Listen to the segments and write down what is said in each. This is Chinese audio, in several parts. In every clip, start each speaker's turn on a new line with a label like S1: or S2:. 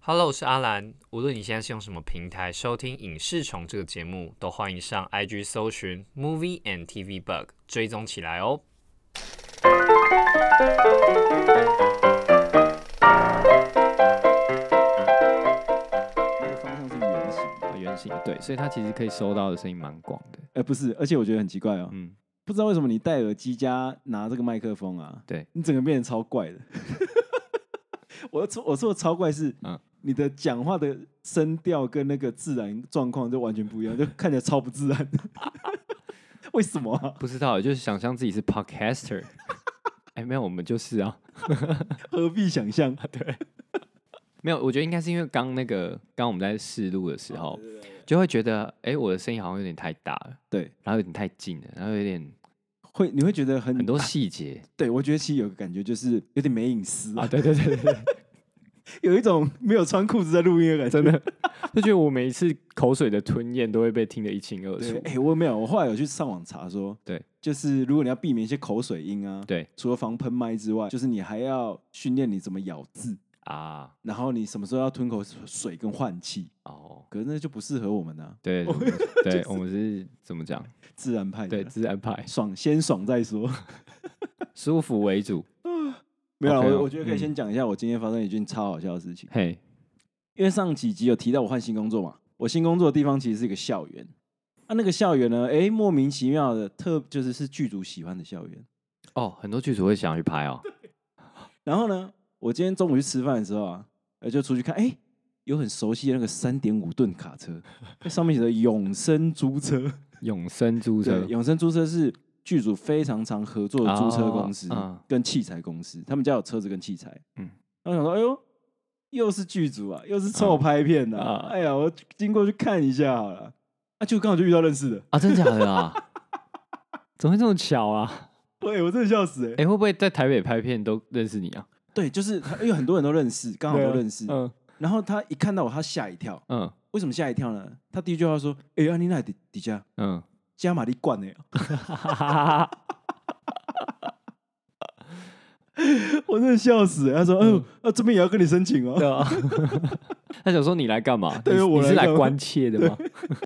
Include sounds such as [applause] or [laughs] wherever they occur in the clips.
S1: Hello，我是阿兰。无论你现在是用什么平台收听《影视虫》这个节目，都欢迎上 IG 搜寻 Movie and TV Bug 追踪起来哦。
S2: 那个方向是圆形的，
S3: 啊，圆形对，所以它其实可以收到的声音蛮广的。
S2: 哎、不是，而且我觉得很奇怪哦，
S3: 嗯，
S2: 不知道为什么你戴耳机加拿这个麦克风啊，
S3: 对，
S2: 你整个变得超怪的。 [laughs] 我说我说的超怪是，
S3: 嗯
S2: 你的讲话的声调跟那个自然状况就完全不一样，就看起来超不自然。 [laughs] 为什么、啊？
S3: 不知道，就是想象自己是
S2: [laughs]
S3: podcaster。哎，没有，我们就是啊，
S2: 何必想象？
S3: 没有，我觉得应该是因为刚那个，刚我们在试录的时候，
S2: 哦对对对
S3: 就会觉得，哎，我的声音好像有点太大了，
S2: 对，
S3: 然后有点太近了，然后有点
S2: 会你会觉得很
S3: 很多细节
S2: 对我觉得其实有个感觉就是有点没隐私
S3: 啊，
S2: 啊，
S3: 对对对对，对
S2: 有一种没有穿裤子在录音的感觉。
S3: 真的， [laughs] 就觉得我每一次口水的吞咽都会被听得一清二
S2: 对，
S3: 楚。
S2: 哎、我没有，我后来有去上网查说，
S3: 对，
S2: 就是如果你要避免一些口水音啊，
S3: 对
S2: 除了防喷麦之外，就是你还要训练你怎么咬字，
S3: 啊，
S2: 然后你什么时候要吞口水跟换气，
S3: 哦，
S2: 可是那就不适合我们啊，
S3: 对， [laughs] 我们对，我们是哎怎么讲？
S2: 自然派的
S3: 对，
S2: 啦，
S3: 自然派，
S2: 爽先爽再说。 [laughs]
S3: 舒服为主。
S2: 没有啦
S3: OK 哦
S2: 我我觉得可以
S3: 嗯
S2: 先讲一下我今天发生一件超好笑的事情，
S3: 嘿，
S2: 因为上几集有提到我换新工作嘛，我新工作的地方其实是一个校园。啊，那个校园呢？哎、莫名其妙的特就是是剧组喜欢的校园。
S3: 哦，很多剧组会想要去拍哦。
S2: 然后呢，我今天中午去吃饭的时候啊，呃，就出去看，哎、有很熟悉的那个三点五吨卡车，那上面写着“永生租车
S3: 永生”。租
S2: 对
S3: 车，，
S2: 永生租车是剧组非常常合作的租车公司
S3: 哦嗯
S2: 跟器材公司，他们家有车子跟器材。嗯然后
S3: 嗯，
S2: 想说，哎呦，又是剧组啊，又是凑拍片的、啊
S3: 啊，
S2: 哎呀，我经过去看一下好了。啊，就刚好就遇到认识的，
S3: 啊，真假的 [laughs] 啊？怎么会这么巧啊？
S2: 对我真的笑死哎、
S3: 哎、会不会在台北拍片都认识你啊？
S2: 对，就是他因为很多人都认识，刚好都
S3: 对啊
S2: 认识。
S3: 嗯
S2: 然后他一看到我，他吓一跳，
S3: 嗯
S2: 为什么吓一跳呢？他第一句话说：“哎、欸，安妮娜底底下
S3: 嗯，
S2: 加玛丽罐呢、 [laughs]
S3: 哈哈哈哈
S2: 我真的笑死、他说：“嗯，那、这边也要跟你申请哦。 [laughs]
S3: 对 [laughs] 啊。他想说你来干嘛？
S2: 对
S3: 你
S2: 我来
S3: 你是来
S2: 干嘛
S3: 关切 [laughs] 的吗？”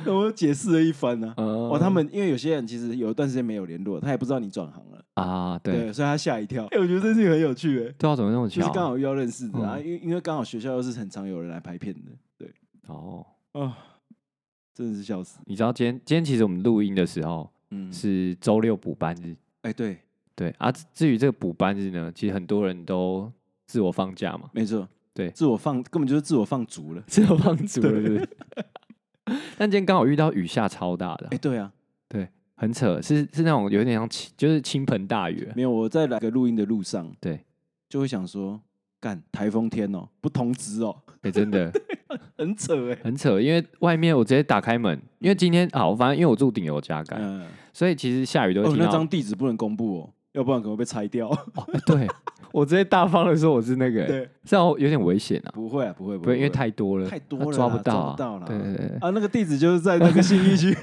S2: 我解释了一番呢、
S3: 嗯
S2: 哦，他们因为有些人其实有一段时间没有联络，他也不知道你转行了，
S3: 啊，对，
S2: 对，所以他吓一跳。哎、我觉得这是很有趣、哎，
S3: 对啊，怎么那么
S2: 就是
S3: 巧
S2: 刚
S3: 啊？
S2: 好遇到认识的，
S3: 嗯
S2: 啊，因为因为刚好学校又是很常有人来拍片的，对，
S3: 哦，
S2: 啊，真的是笑死。
S3: 你知道今天今天其实我们录音的时候
S2: 嗯，
S3: 是周六补班日，
S2: 哎、对，
S3: 对啊。至至于这个补班日呢，其实很多人都自我放假嘛，
S2: 没错，
S3: 对
S2: 自我放根本就是自我放逐了。
S3: [laughs] 自由放逐了，
S2: 对
S3: 是不是？ [laughs] 但今天刚好遇到雨下超大的
S2: 哎、，对啊，
S3: 对，很扯，是是那种有点像倾就是倾盆大雨，
S2: 没有，我在来个录音的路上，
S3: 对，
S2: 就会想说，干台风天哦，不同值哦，
S3: 哎、真的
S2: [laughs] 很扯哎、
S3: 很扯，因为外面我直接打开门，因为今天啊，我反正因为我住顶楼加盖，
S2: 嗯、
S3: 所以其实下雨都会
S2: 哦，
S3: 听
S2: 那
S3: 到。
S2: 张地址不能公布哦，要不然可能会被拆掉。
S3: 哦哎 [laughs] 对，我直接大方的说我是那个、欸，
S2: 对，
S3: 这样有点危险啊，
S2: 不会啊，不会，
S3: 不
S2: 会，
S3: 会，因为太多了，
S2: 太多了啦，
S3: 抓不到、
S2: 抓
S3: 啊，
S2: 不到啦。
S3: 对对对，
S2: 啊，那个地址就是在那个信义区，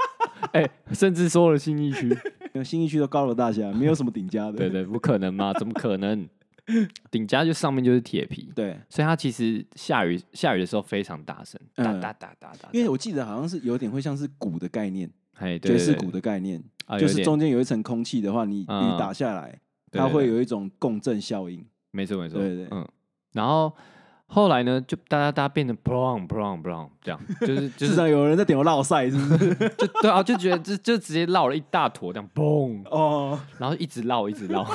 S2: [laughs]
S3: 哎、甚至说了新一区，
S2: 没有信义区都高楼大厦，没有什么顶家的。
S3: 对对，不可能嘛，怎么可能？顶家就上面就是铁皮，
S2: 对
S3: 所以它其实下雨下雨的时候非常大声，哒
S2: 嗯
S3: 哒哒哒哒，
S2: 因为我记得好像是有点会像是鼓的概念，
S3: 哎，对
S2: 爵
S3: 对
S2: 士
S3: 对
S2: 鼓的概念，
S3: 啊，
S2: 就
S3: 有
S2: 是
S3: 点
S2: 中间有一层空气的话，你
S3: 嗯
S2: 雨打下来，
S3: 对
S2: 它
S3: 对
S2: 会
S3: 对
S2: 有一种共振效应。
S3: 没错没错，
S2: 对对
S3: 嗯。然后后来呢，就哒哒哒变成 blong blong blong 这样，
S2: [laughs]
S3: 就是
S2: 至
S3: 就是
S2: 少有人在点我绕赛，是不是？
S3: [laughs] 就对啊，就觉得就就直接绕了一大坨这样嘣，
S2: 哦，
S3: 然后一直绕一
S2: [laughs]
S3: 直绕，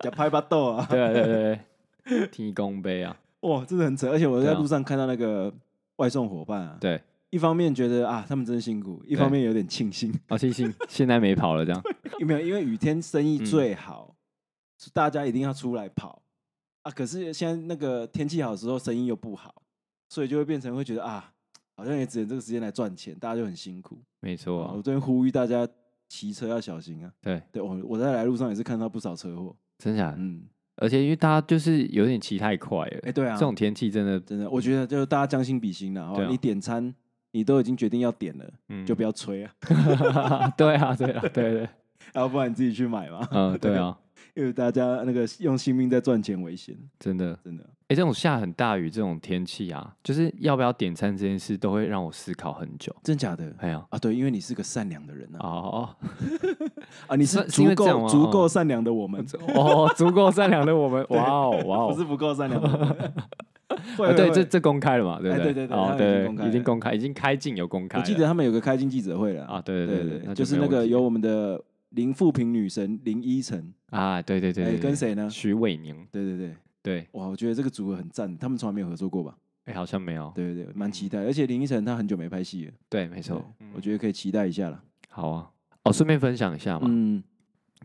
S2: 假拍巴豆啊。
S3: 对对对对，提供杯啊，
S2: 哇，真的很扯！而且我在
S3: 对啊
S2: 路上看到那个外送伙伴啊，
S3: 对，
S2: 一方面觉得啊，他们真辛苦，一方面有点庆
S3: [laughs]
S2: 幸，
S3: 好庆幸哦现在没跑了这样，
S2: 有没有？因为雨天生意最
S3: 嗯
S2: 好，大家一定要出来跑啊。可是现在那个天气好的时候，生意又不好，所以就会变成会觉得啊，好像也只能这个时间来赚钱，大家就很辛苦。
S3: 没错啊
S2: 我，这边呼吁大家骑车要小心啊！
S3: 对，
S2: 对我我在来路上也是看到不少车祸，
S3: 真假的，
S2: 嗯，
S3: 而且因为大家就是有点骑太快了，
S2: 哎，对啊，
S3: 这种天气真的，
S2: 真的，我觉得就是大家将心比心了、哦
S3: 对啊
S2: 你点餐，你都已经决定要点了， [laughs]
S3: 嗯，
S2: 就不要催啊。 [laughs]
S3: 对啊对啊对对，
S2: 要不然你自己去买嘛。
S3: 嗯，对，啊，
S2: 因为大家那个用性命在赚钱为先，
S3: 真的。
S2: 真的。
S3: 哎、这种下很大雨这种天气啊，就是要不要点餐这件事，都会让我思考很久。
S2: 真假的？
S3: 哎呀，
S2: 啊，对，因为你是个善良的人啊，
S3: 哦
S2: 啊，你是
S3: 是是
S2: 足
S3: 因为这样
S2: 够
S3: 吗
S2: 足够
S3: 哦
S2: 善良的我们，
S3: 哦，足够善良的
S2: [laughs]
S3: 我们，哇哦哇
S2: 不
S3: 哦
S2: 是，不够善良的我 [laughs] 们。会
S3: 啊对，
S2: 会
S3: 这这公开了嘛，对不
S2: 哎
S3: 对？
S2: 对对对
S3: 哦
S2: 他们已经公开了
S3: 对，已经公开，已经开镜有公开
S2: 我
S3: 了。
S2: 记得他们有个开镜记者会了
S3: 啊，，对
S2: 对
S3: 对对，
S2: 就是
S3: 没
S2: 那个
S3: 问题
S2: 有
S3: 了
S2: 我们的林富平女神林依晨，
S3: 啊，对对对
S2: 哎
S3: 对，对
S2: 跟谁呢
S3: 徐伟宁，
S2: 对对对，
S3: 对，
S2: 哇，我觉得这个组合很赞，他们从来没有合作过吧？
S3: 哎，好像没有，
S2: 对对对，蛮期待，而且林依晨她很久嗯没拍戏了，
S3: 对，没
S2: 对
S3: 错，
S2: 我觉得可以期待一下了。
S3: 好啊。哦，顺便分享一下嘛，
S2: 嗯，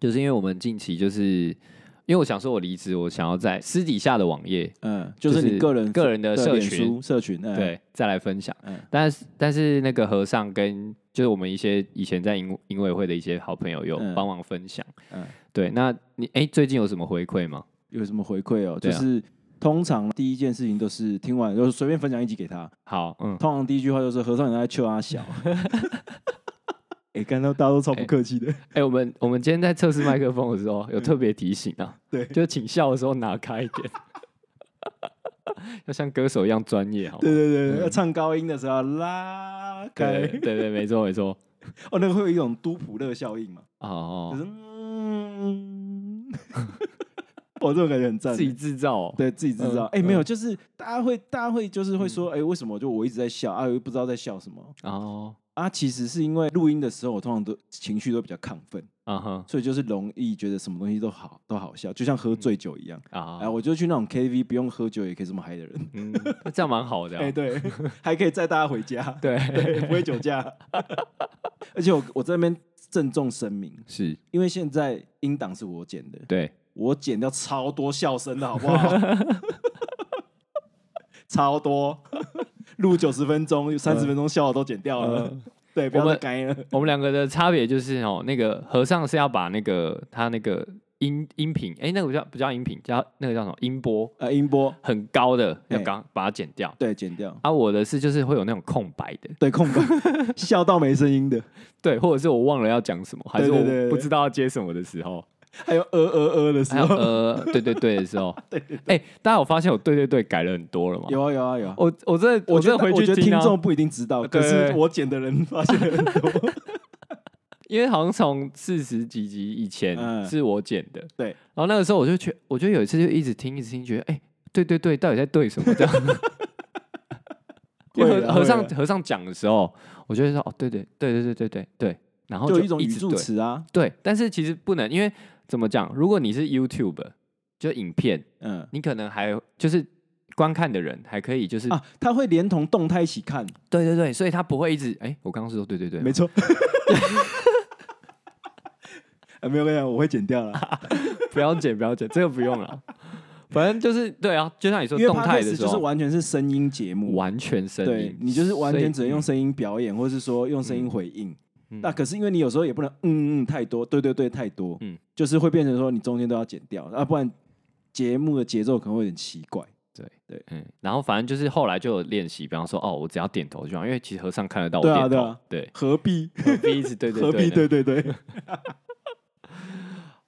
S3: 就是因为我们近期就是，因为我想说我离职，我想要在私底下的网页，
S2: 嗯，就
S3: 就是
S2: 你个人
S3: 个人的
S2: 的
S3: 呃社
S2: 脸
S3: 群
S2: 书社群，嗯，
S3: 对，再来分享。
S2: 嗯
S3: 但是但是那个和尚跟就是我们一些以前在营营委会的一些好朋友有
S2: 嗯
S3: 帮忙分享。
S2: 嗯，
S3: 对，那你哎、最近有什么回馈吗？
S2: 有什么回馈哦？就
S3: 对啊
S2: 是通常第一件事情都是听完，就是随便分享一集给他，
S3: 好，嗯，
S2: 通常第一句话就是和尚你在求他小。
S3: [laughs]
S2: 哎，刚到大家都超不客气
S3: [laughs]
S2: 的，
S3: 哎、我们我们今天在测试麦克风的
S2: [laughs]
S3: 时候有特别提醒啊，
S2: 对
S3: 就请笑的时候拿开一点， [laughs] 要像歌手一样专业，好吗
S2: 对对对对，要唱高音的时候要拉开
S3: 嗯对，对对，没错没错。
S2: 哦，那个会有一种都普勒效应嘛，就是
S3: 哦
S2: 嗯， [laughs] 我这种感觉很赞欸
S3: 哦，自，己制造、哦，
S2: 对自己知道，
S3: 嗯
S2: 哎，没有，就是大家会，大家会就是会说，哎，为什么就我一直在笑啊，我又不知道在笑什么
S3: 哦，
S2: 啊？其实是因为录音的时候，我通常都情绪都比较亢奋，
S3: 啊哈
S2: 所以就是容易觉得什么东西都好都好笑，就像喝醉酒一样。
S3: 啊，
S2: 哎，我就去那种 KTV 不用喝酒也可以这么嗨的人，
S3: 嗯，那这样蛮好的、啊，
S2: [laughs] 哎，对， [laughs] 还可以载大家回家，
S3: 对，
S2: [laughs] 对，不会酒驾。 [laughs] 而且我我在那边郑重声明，
S3: 是，
S2: 因为现在音档是我剪的，
S3: 对，
S2: 我剪掉超多笑声的好不好？ [laughs] 超多，录九十分钟，三十分钟笑的都剪掉了。
S3: 嗯
S2: 对，不要
S3: 我
S2: 再
S3: 们
S2: 改了。
S3: 我们两个的差别就是哦，那个和尚是要把那个他那个音音频，哎、那个不叫不叫音频，叫那个叫什么音波
S2: 呃，音波
S3: 很高的，要
S2: 嘿
S3: 刚把它剪掉。
S2: 对剪掉，
S3: 啊，我的是就是会有那种空白的，
S2: 对空
S3: [laughs]
S2: 白，笑到没声音的，
S3: 对，或者是我忘了要讲什么，还是
S2: 对对对
S3: 我不知道要接什么的时候，
S2: 还有呃呃呃的时
S3: 还有
S2: 候，
S3: 呃，对对对的
S2: [laughs]
S3: 时候，对哎，大家有发现我对对对改了很多了吗？
S2: 有啊有啊有啊。
S3: 我我这
S2: 我觉得
S3: 这回
S2: 我
S3: 去
S2: 觉得
S3: 听
S2: 听
S3: 啊，
S2: 众不一定知道，可
S3: 对
S2: 是我剪的人发现很多。
S3: 因为好像从四十几集以前
S2: 嗯
S3: 是我剪的，
S2: 对
S3: 然后那个时候我就觉，我觉得有一次就一直听一直听，觉得哎、对对对，到底在对什么这样？ [laughs]
S2: [laughs]
S3: 因
S2: 会
S3: 为
S2: 啦
S3: 和和尚
S2: 会啊啦
S3: 和尚讲的时候，我就会说哦，对对对对对对对对，然后
S2: 就有一
S3: 一
S2: 种语
S3: 直
S2: 助
S3: 对
S2: 词啊，
S3: 对，但是其实不能，因为怎么讲？如果你是 YouTube 就影片，
S2: 嗯
S3: 你可能还就是观看的人还可以，就是、
S2: 啊，它会连同动态一起看，
S3: 对对对，所以他不会一直哎、我刚刚是说对对对吗，
S2: 没错。 [laughs] 啊，没有跟你讲，我会剪掉了，
S3: 不要剪不要剪，这个不
S2: [laughs]
S3: 用了。反正就是对啊， [laughs] 就像你说
S2: 因为
S3: 动态
S2: podcast
S3: 的时
S2: 就是
S3: 候，
S2: 完全是声音节目，
S3: 完全声
S2: 对
S3: 音，
S2: 你就是完全只
S3: 所
S2: 能
S3: 以
S2: 用声音表演，或是说用声音回应。
S3: 嗯
S2: 那可是因为你有时候也不能嗯嗯太多，对对对太多，嗯
S3: 嗯，
S2: 就是会变成说你中间都要剪掉，啊，不然节目的节奏可能会有点奇怪。
S3: 嗯，然后反正就是后来就有练习，比方说哦，我只要点头就好，因为其实和尚看得到我
S2: 对
S3: 点
S2: 啊
S3: 头，
S2: 对啊
S3: 对，
S2: 何 [laughs] 必？
S3: 何必一直对对
S2: 何必？
S3: 对呢？
S2: 对对对，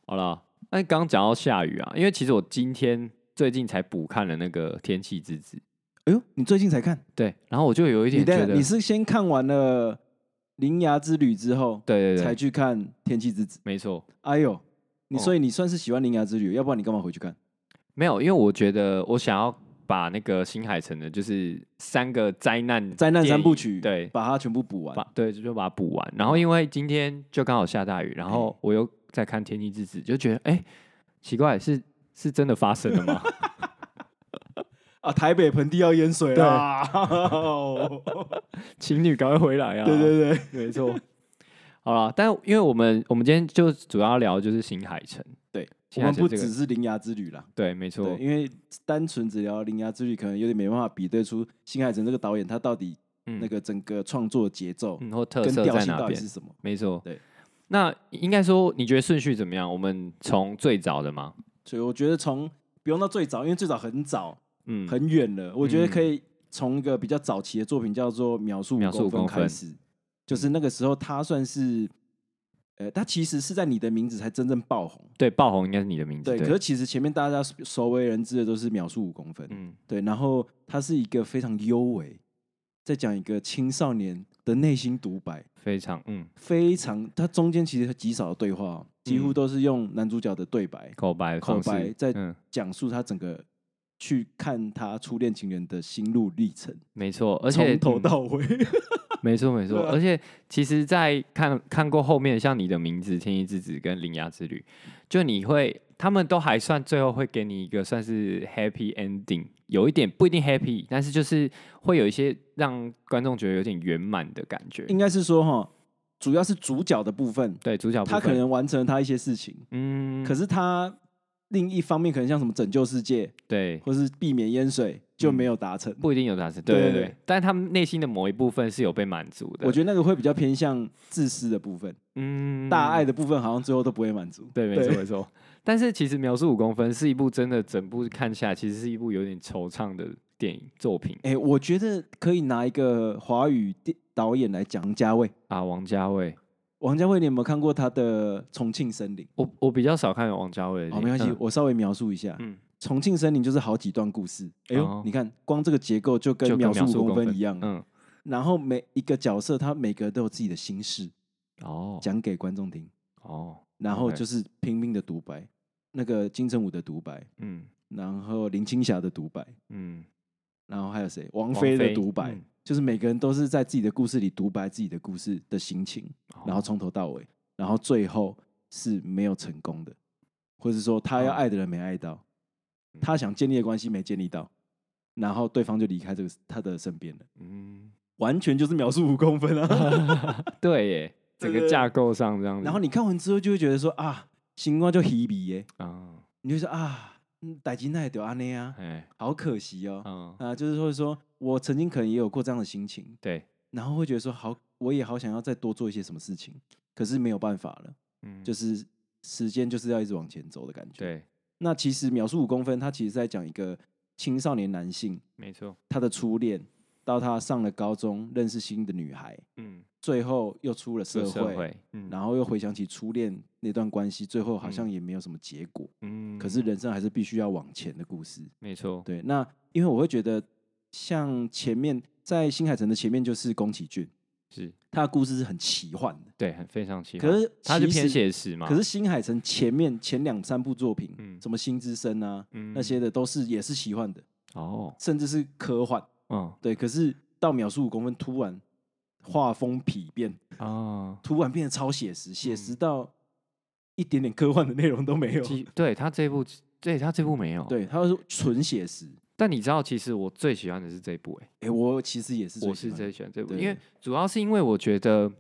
S3: 好了，那刚刚讲到下雨啊，因为其实我今天最近才补看了那个《天气之子》，
S2: [laughs] 哎呦，你最近才看？
S3: 对，然后我就有一
S2: 你
S3: 点觉
S2: 的
S3: 得，
S2: 你是先看完了《铃芽之旅》之后，
S3: 对对
S2: 才
S3: 对，
S2: 去看《天气之子》？
S3: 没错，
S2: 哎呦，你
S3: 哦
S2: 所以你算是喜欢《铃芽之旅》，要不然你干嘛回去看？
S3: 没有，因为我觉得我想要把那个新海诚的，就是三个灾难
S2: 灾难
S3: 电
S2: 三
S3: 影
S2: 部曲，
S3: 对，
S2: 把它全部补完。
S3: 把对就把它补完。然后
S2: 嗯
S3: 因为今天就刚好下大雨，然后我又在看《天气之子》，就觉得哎、奇怪，是是真的发生
S2: [laughs]
S3: 了吗？
S2: 啊，台北盆地要淹水啊
S3: 对
S2: 啦！
S3: 情侣赶快回来
S2: [laughs]
S3: 啊！
S2: 对对对，
S3: 对，没错。好了，但因为我们我们今天就主要聊就是新海诚，
S2: 对，我
S3: 新海
S2: 们
S3: 诚
S2: 不
S3: 这个
S2: 只是铃芽之旅啦，
S3: 对，没错
S2: 对，，因为单纯只聊铃芽之旅，可能有点没办法比对出新海诚这个导演他到底
S3: 嗯
S2: 那个整个创作节奏
S3: 嗯，或特
S2: 跟
S3: 色
S2: 调
S3: 在
S2: 性
S3: 哪
S2: 到底
S3: 边
S2: 是？什么。
S3: 没错，
S2: 对。
S3: 那应该说，你觉得顺序怎么样？我们从最早的吗？
S2: 所以我觉得从不用到最早，因为最早很早
S3: 嗯，
S2: 很远了，我觉得
S3: 嗯
S2: 可以从一个比较早期的作品叫做《秒速五
S3: 秒
S2: 公
S3: 速五嗯
S2: 分》
S3: 公
S2: 开
S3: 分
S2: 始，就是那个时候他算是呃，它其实是在你的名字才真正爆红。
S3: 对，爆红应该是你的名字。
S2: 对，
S3: 对，
S2: 可是其实前面大家熟为人知的都是秒速五公分，
S3: 嗯，
S2: 对，然后它是一个非常优美，在讲一个青少年的内心独白，
S3: 非常嗯，
S2: 非常，它中间其实极少的对话哦，几乎
S3: 嗯
S2: 都是用男主角的对白
S3: 口白的
S2: 口
S3: 方式
S2: 白在
S3: 嗯，
S2: 讲述他整个去看他初恋情人的心路历程，
S3: 没错，而且
S2: 从头
S3: 嗯
S2: 到尾。 [laughs]
S3: 没错没错，
S2: 对啊
S3: 而且其实，在看看过后面，像你的名字、天意之子跟铃芽之旅，就你会，他们都还算最后会给你一个算是 happy ending，有一点不一定 happy，但是就是会有一些让观众觉得有点圆满的感觉。
S2: 应该是说哈，主要是主角的部分，
S3: 对，主角部
S2: 他可
S3: 分
S2: 能完成了他一些事情，
S3: 嗯，
S2: 可是他另一方面可能像什么拯救世界
S3: 对
S2: 或是避免淹水就
S3: 嗯
S2: 没有达成。
S3: 不一定有达成，对
S2: 对
S3: 对
S2: 对
S3: 对，但他们内心的某一部分是有被满足的。
S2: 我觉得那个会比较偏向自私的部分，
S3: 嗯
S2: 大爱的部分好像最后都不会满足。
S3: 对，没错没错。但是其实《秒速五公分》是一部真的整部看下来，其实是一部有点惆怅的电影作品
S2: 哎、我觉得可以拿一个华语电导演来讲，王家卫。
S3: 啊。王家卫，
S2: 王家卫，你有没有看过他的《重庆森林
S3: 我我比较少看王家卫的》？
S2: 好，
S3: 电影，
S2: 哦没关系，
S3: 嗯
S2: 我稍微描述一下，《
S3: 嗯，
S2: 重庆森林》就是好几段故事。哎呦，
S3: 哦
S2: 你看光这个结构就跟
S3: 就跟
S2: 秒
S3: 秒
S2: 速
S3: 速
S2: 五
S3: 公
S2: 公
S3: 分
S2: 分一样。
S3: 嗯，
S2: 然后每一个角色，他每个人都有自己的心事，
S3: 哦，
S2: 讲给观众听，
S3: 哦，
S2: 然后
S3: OK
S2: 就是拼命的独白，那个金城武的独白，
S3: 嗯
S2: 然后林青霞的独白，
S3: 嗯，
S2: 然后还有谁？王
S3: 王
S2: 菲的
S3: 菲
S2: 独白
S3: 嗯，
S2: 就是每个人都是在自己的故事里独白自己的故事的心情，然后
S3: 哦
S2: 从头到尾，然后最后是没有成功的，或者说他要
S3: 哦
S2: 爱的人没爱到，他想建立的关系没建立到，然后对方就离开这个他的身边了，
S3: 嗯，
S2: 完全就是秒速五公分啊！
S3: 对耶，整
S2: 对
S3: 个
S2: 对
S3: 架构上这样子，
S2: 然后你看完之后就会觉得说啊，星光就 hebe 耶，
S3: 啊，
S2: 你就说啊，戴金奈丢阿内啊，
S3: 哎，
S2: 好可惜哦。
S3: 嗯，
S2: 啊，就是会说，我曾经可能也有过这样的心情，
S3: 对，
S2: 然后会觉得说，好，我也好想要再多做一些什么事情，可是没有办法了，
S3: 嗯，
S2: 就是时间就是要一直往前走的感觉。，
S3: 对，
S2: 那其实秒速五公分，它其实在讲一个青少年男性
S3: 没错，
S2: 他的初恋，到他上了高中认识新的女孩，
S3: 嗯，
S2: 最后又出了
S3: 这
S2: 社
S3: 社
S2: 会，
S3: 会，嗯
S2: 然后又回想起初恋那段关系，最后好像
S3: 嗯
S2: 也没有什么结果，
S3: 嗯，
S2: 可是人生还是必须要往前的故事。
S3: 没错，
S2: 对，那因为我会觉得，像前面在新海诚的前面就是宫崎骏，
S3: 是，
S2: 他的故事是很奇幻的。
S3: 对，很非常喜欢，
S2: 可是
S3: 他是
S2: 其
S3: 偏
S2: 实
S3: 写实嘛，
S2: 可是新海诚前面前两三部作品，
S3: 嗯
S2: 什么《新之声》啊，
S3: 嗯
S2: 那些的都是也是奇幻的，
S3: 哦，
S2: 甚至是科幻。
S3: 嗯
S2: 对，可是到秒速五公分，突然画风丕变，
S3: 啊，
S2: 突然变得超写实，写实到一点点科幻的内容都没有。
S3: 嗯其对他这部，对他这部没有，。
S2: 对，他是纯写实。
S3: 但你知道，其实我最喜欢的是这一部、欸，
S2: 哎、我其实也是最
S3: 我
S2: 喜
S3: 是
S2: 欢的，
S3: 最喜欢这部，
S2: 对
S3: 因为主要是因为我觉得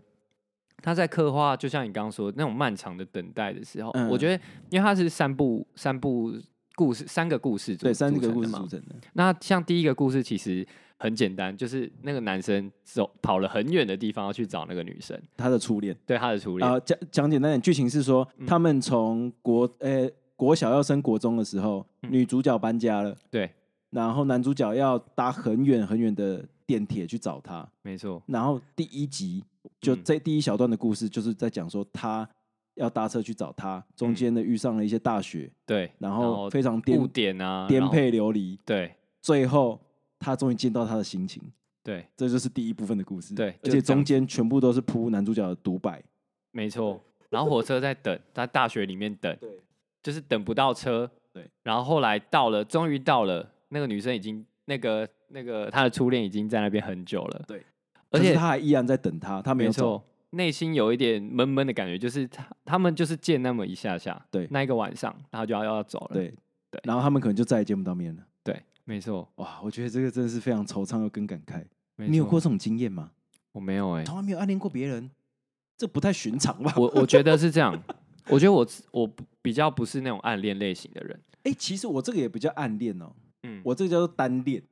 S3: 他在刻画，就像你刚刚说的那种漫长的等待的时候，
S2: 嗯
S3: 我觉得，因为它是三部三部故事，三个故事组
S2: 对三
S3: 组
S2: 个
S3: 成
S2: 故
S3: 的
S2: 事
S3: 嘛
S2: 组成的，
S3: 那像第一个故事其实很简单，就是那个男生走跑了很远的地方要去找那个女生，
S2: 他的初恋。
S3: 对他的初恋，嗯
S2: 啊，讲讲简单点，剧情是说，他们从国呃、国小要升国中的时候，
S3: 嗯
S2: 女主角搬家了，
S3: 对，
S2: 然后男主角要搭很远很远的电铁去找她，
S3: 没错，
S2: 然后第一集就
S3: 嗯
S2: 这第一小段的故事，就是在讲说他要搭车去找她，中间呢遇上了一些大雪，
S3: 对，
S2: 然后非常
S3: 误
S2: 颠
S3: 点啊，
S2: 颠
S3: 然后，
S2: 沛流离，
S3: 对
S2: 最后他终于见到她的心情，
S3: 对，
S2: 这就是第一部分的故事。
S3: 对
S2: 而
S3: 就这
S2: 且
S3: 样
S2: 中
S3: 子
S2: 间全部都是铺男主角的独白，
S3: 没错。然后火车在等，在大学里面等，
S2: 对，
S3: 就是等不到车，
S2: 对。
S3: 然后后来到了，终于到了，那个女生已经那个那个她的初恋已经在那边很久了，
S2: 对。
S3: 而
S2: 可是
S3: 且
S2: 他还依然在等她，他没
S3: 没
S2: 有走
S3: 错。，内心有一点闷闷的感觉，就是他他们就是见那么一下下，
S2: 对
S3: 那一个晚上，然后就要要走了，
S2: 对
S3: 对
S2: 然后他们可能就再也见不到面了。
S3: 对，没错。
S2: 哇，我觉得这个真的是非常惆怅又跟感慨。
S3: 没
S2: 你有
S3: 错
S2: 过这种经验吗？
S3: 我没有哎、
S2: 从来没有暗恋过别人，这不太寻常
S3: [laughs]
S2: 吧？
S3: 我我觉得是
S2: [laughs]
S3: 这样，我觉得我我不比较不是那种暗恋类型的人，
S2: 哎、其实我这个也不叫暗恋哦，
S3: 嗯，
S2: 我这个叫做单恋。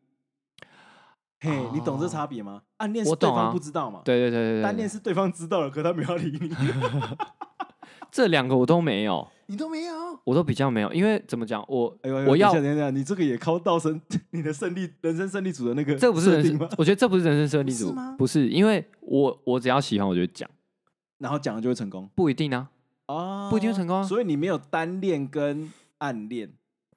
S2: 嘿，你懂这
S3: 哦
S2: 差别吗？暗恋
S3: 我
S2: 是对
S3: 懂啊
S2: 方不知道嘛？
S3: 对对对对对，
S2: 单恋
S3: 对
S2: 是对方知道了，可他没有要理你，
S3: [laughs]
S2: [laughs]
S3: 这两个我都没有，
S2: 你都没有。
S3: 我都比较没有，因为怎么讲，我、
S2: 哎呦，哎呦
S3: 我要
S2: 等一下等一下，你这个也靠到胜 [laughs] 你的胜利人生胜利组的那个
S3: 这不是
S2: 设
S3: 人
S2: 定
S3: 生
S2: 吗？， [laughs]
S3: 我觉得这不是人生胜
S2: 不
S3: 利
S2: 是
S3: 组
S2: 吗，
S3: 不是，因为我我只要喜欢我就讲，
S2: 然后讲了就会成功
S3: 不一定啊。
S2: 哦
S3: 不一定会成功啊
S2: 所以你没有单恋跟暗恋，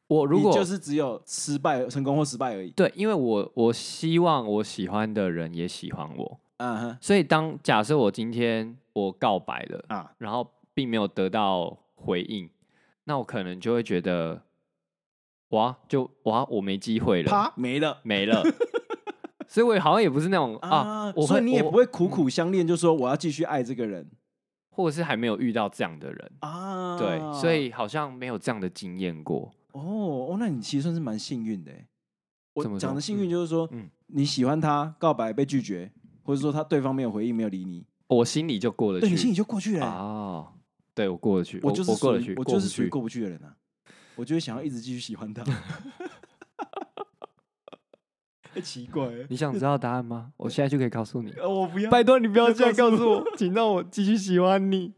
S3: 我如
S2: 你
S3: 果
S2: 就是只有失败、成功或失败而已。
S3: 对，因为我我希望我喜欢的人也喜欢我，
S2: 嗯哼
S3: 所以当假设我今天我告白了，
S2: 啊，
S3: 然后并没有得到回应，那我可能就会觉得，哇，就哇，我没机会了，
S2: 啪没了 [laughs]
S3: 没了。所以我好像也不是那种啊，我
S2: 所
S3: 会
S2: 以你也
S3: 我
S2: 不会苦苦相恋，就说我要继续爱这个人
S3: 或者是还没有遇到这样的人，
S2: 啊。
S3: 对，所以好像没有这样的经验过。
S2: 哦哦，那你其实算是蛮幸运的欸。
S3: 怎么
S2: 我讲
S3: 说
S2: 的幸运就是说，
S3: 嗯嗯
S2: 你喜欢他，告白被拒绝，或者说他对方没有回应，没有理你，
S3: 我心里就过得
S2: 对你心里
S3: 去
S2: 就过去了欸。
S3: 啊，对我过得去，
S2: 我
S3: 我
S2: 就是
S3: 我过得
S2: 属于
S3: 去，
S2: 我
S3: 过
S2: 就
S3: 不
S2: 是属于
S3: 去
S2: 过不去的人啊。我就会想要一直继续喜欢他。 [laughs] 太奇怪了，
S3: 你想知道答案吗？
S2: [laughs]
S3: 我现在就可以告诉你。
S2: 呃我不要。
S3: 拜托你不要
S2: 这样告诉
S3: 我，请让我继续喜欢你。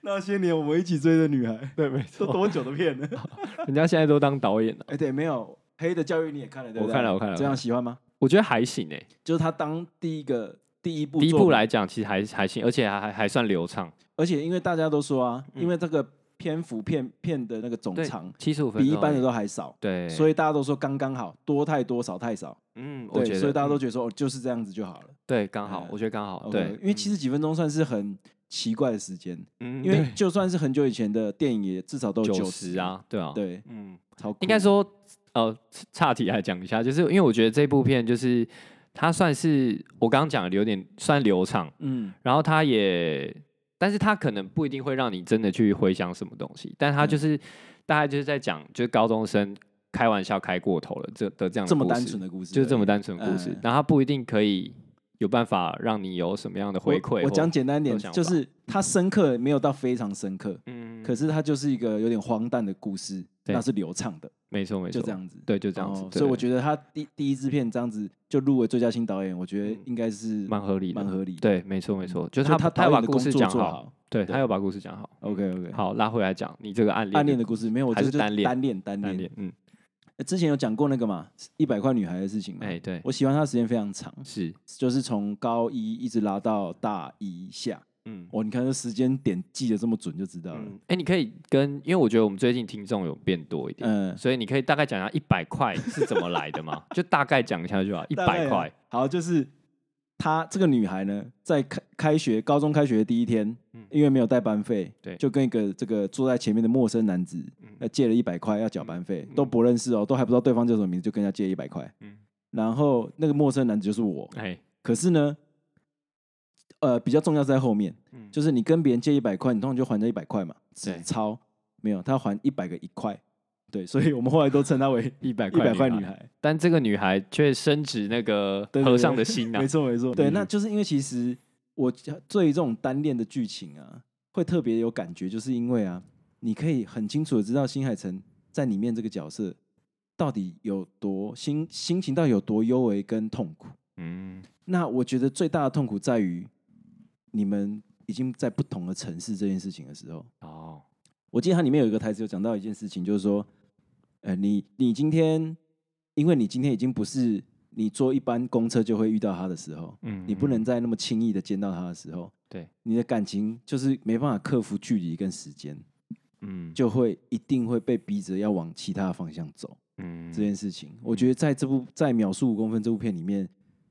S2: 那些年我们一起追的女孩，
S3: 对，没
S2: 都
S3: 错，
S2: 多久的片了？
S3: [laughs] 人家现在都当导演了，
S2: 哎，对，没有黑的教育你也看了，对不
S3: 我
S2: 对？
S3: 看了我看了
S2: 这
S3: 我看
S2: 样
S3: 了
S2: 喜欢吗？
S3: 我觉得还行诶、
S2: 就是他当第一个第一部
S3: 第一
S2: 作
S3: 部
S2: 品
S3: 来讲其实还还行，而且还还还算流畅。
S2: 而且因为大家都说啊，
S3: 嗯
S2: 因为这个篇幅片片的那个总
S3: 对
S2: 长，
S3: 七十五分
S2: 比
S3: 钟
S2: 一般的
S3: 而已
S2: 都还少，
S3: 对，
S2: 所
S3: 以
S2: 以大家都说刚刚好，多太多少太少，
S3: 嗯，我
S2: 对
S3: 觉，得
S2: 所以大家都
S3: 嗯
S2: 觉得说哦就是这样子就好了。
S3: 对刚好
S2: 嗯，
S3: 我觉得刚好
S2: OK，
S3: 对，
S2: 因为七十几分钟算是很奇怪的时间，
S3: 嗯
S2: 因为就算是很久以前的电影，也至少都有
S3: 九
S2: 十
S3: 十，啊，对啊，，
S2: 对，
S3: 嗯，
S2: 超
S3: 应该
S2: 酷
S3: 说呃，岔题来讲一下，就是因为我觉得这部片就是它算是我刚刚讲的有点算流畅，
S2: 嗯
S3: 然后他也，但是他可能不一定会让你真的去回想什么东西，
S2: 嗯
S3: 但他就是、大概就是在讲，就是高中生开玩笑开过头了这的这样的
S2: 这么
S3: 嗯故
S2: 单
S3: 事
S2: 纯的故事，
S3: 就是这
S2: 对
S3: 么单纯的故事，
S2: 嗯
S3: 然后他不一定可以有办法让你有什么样的回馈
S2: 我。我
S3: 或
S2: 讲，简单点，
S3: 或想法
S2: 就是它深刻没有到非常深刻，
S3: 嗯，
S2: 可是它就是一个有点荒诞的故事，
S3: 对
S2: 那是流畅的，
S3: 没错没错，
S2: 就这，样子。
S3: 对，就这样子，
S2: 哦
S3: 对
S2: 所以我觉得他第第一支片这样子就入围最佳新导演，我觉得应该是
S3: 嗯蛮合理的，
S2: 蛮合理的。
S3: 对，没错没错，就是
S2: 就
S3: 他
S2: 他
S3: 他
S2: 导
S3: 有
S2: 演
S3: 把
S2: 的
S3: 故
S2: 工
S3: 事
S2: 作
S3: 讲
S2: 做
S3: 好，
S2: 好。
S3: 对
S2: 对
S3: 他有把故事讲好。
S2: OK OK，
S3: 好，拉回来讲你这个暗恋
S2: 暗恋的故事没有，我
S3: 还
S2: 觉
S3: 是
S2: 得就
S3: 单恋
S2: 单恋单
S3: 暗
S2: 恋
S3: 恋。，嗯，
S2: 呃之前有讲过那个嘛，一百块女孩的事情嘛。
S3: 哎对，
S2: 嗯我喜欢她时间非常长，
S3: 是，
S2: 就是从高一一直拉到大一下。
S3: 嗯，
S2: 哦，你看这时间点记得这么准，就知道了。
S3: 嗯，哎、你可以跟，因为我觉得我们最近听众有变多一点，
S2: 嗯，
S3: 所以你可以大概讲一下一百块是怎么来的嘛，就大概讲一下就好，一
S2: 大概
S3: 百
S2: 啊
S3: 块，。
S2: 好，就是她这个女孩呢，在开开学高中开学的第一天，
S3: 嗯
S2: 因为没有带班费，
S3: 对
S2: 就跟一个这个坐在前面的陌生男子，
S3: 嗯
S2: 呃，借了一百块要缴班费，
S3: 嗯
S2: 都不认识哦，都还不知道对方叫什么名字，就跟人家借一百块。
S3: 嗯，
S2: 然后那个陌生男子就是我，
S3: 哎、
S2: 可是呢，呃，比较重要是在后面，
S3: 嗯，
S2: 就是你跟别人借一百块，你通常就还人家一百块嘛，
S3: 对
S2: 纸钞没有，他还一百个一块，对，所以我们后来都称他为
S3: 一百
S2: 一
S3: 块，
S2: 百块女，孩。
S3: 但这个女孩却深植那个
S2: 对对
S3: 和
S2: 对
S3: 尚的心呐、
S2: 没错没错，对，
S3: 嗯
S2: 那就是因为其实我对于这种单恋的剧情啊，会特别有感觉，就是因为啊，你可以很清楚的知道新海诚在里面这个角色到底有多心心情到底有多幽微跟痛苦。
S3: 嗯，
S2: 那我觉得最大的痛苦在于你们已经在不同的城市这件事情的时候，
S3: 哦，
S2: 我记得它里面有一个台词有讲到一件事情，就是说，呃，你你今天，因为你今天已经不是你坐一班公车就会遇到他的时候，
S3: 嗯
S2: 你不能再那么轻易的见到他的时候，
S3: 对，
S2: 你的感情就是没办法克服距离跟时间，
S3: 嗯，
S2: 就会一定会被逼着要往其他的方向走。
S3: 嗯
S2: 这件事情，我觉得在这部在《秒速五公分》这部片里面，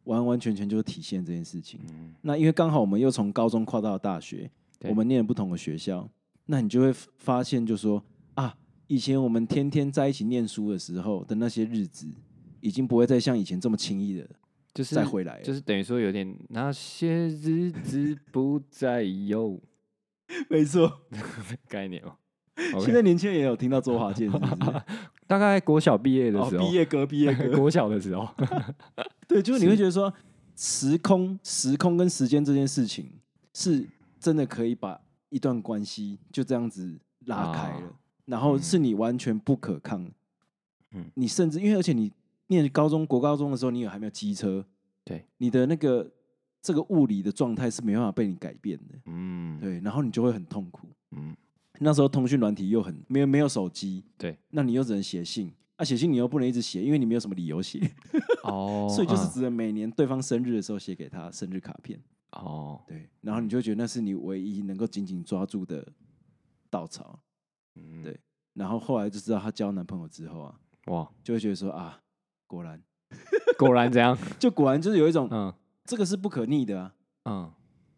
S2: 完完全全就是体现这件事情。
S3: 嗯
S2: 那因为刚好我们又从高中跨到了大学，
S3: 对
S2: 我们念了不同的学校，那你就会发现，就说啊，以前我们天天在一起念书的时候的那些日子，已经不会再像以前这么轻易的
S3: 就是
S2: 再回来了。
S3: 就是等于说有点那些日子不再有
S2: [laughs]
S3: [laughs]
S2: 没错，
S3: 概念哦。OK
S2: 现在年轻人也有听到周华健是不
S3: [laughs]
S2: 是？
S3: 大概国小毕业的
S2: 哦，
S3: 时候，
S2: 毕业歌，毕业歌，
S3: [laughs] 国小的时候，
S2: 对，就是你会觉得说，时空、时空跟时间这件事情，是真的可以把一段关系就这样子拉开了，
S3: 啊
S2: 然后
S3: 嗯
S2: 是你完全不可抗的。
S3: 嗯
S2: 你甚至因为而且你念高中国高中的时候，你有还没有机车，
S3: 对，
S2: 你的那个这个物理的状态是没办法被你改变的，
S3: 嗯，
S2: 对，然后你就会很痛苦。
S3: 嗯，
S2: 那时候通讯软体又很没有没有手机，
S3: 对，
S2: 那你又只能写信。啊，写信你又不能一直写，因为你没有什么理由写，
S3: 哦，
S2: 所以就是
S3: 嗯
S2: 只能每年对方生日的时候写给他生日卡片。
S3: 哦，
S2: 对，然后你就会觉得那是你唯一能够紧紧抓住的稻草。
S3: 嗯
S2: 对然后后来就知道她交男朋友之后啊，
S3: 哇，
S2: 就会觉得说啊，果然，
S3: 果
S2: [laughs]
S3: 然这样，
S2: 就果然就是有一种、
S3: 嗯
S2: 这个是不可逆的啊，
S3: 嗯，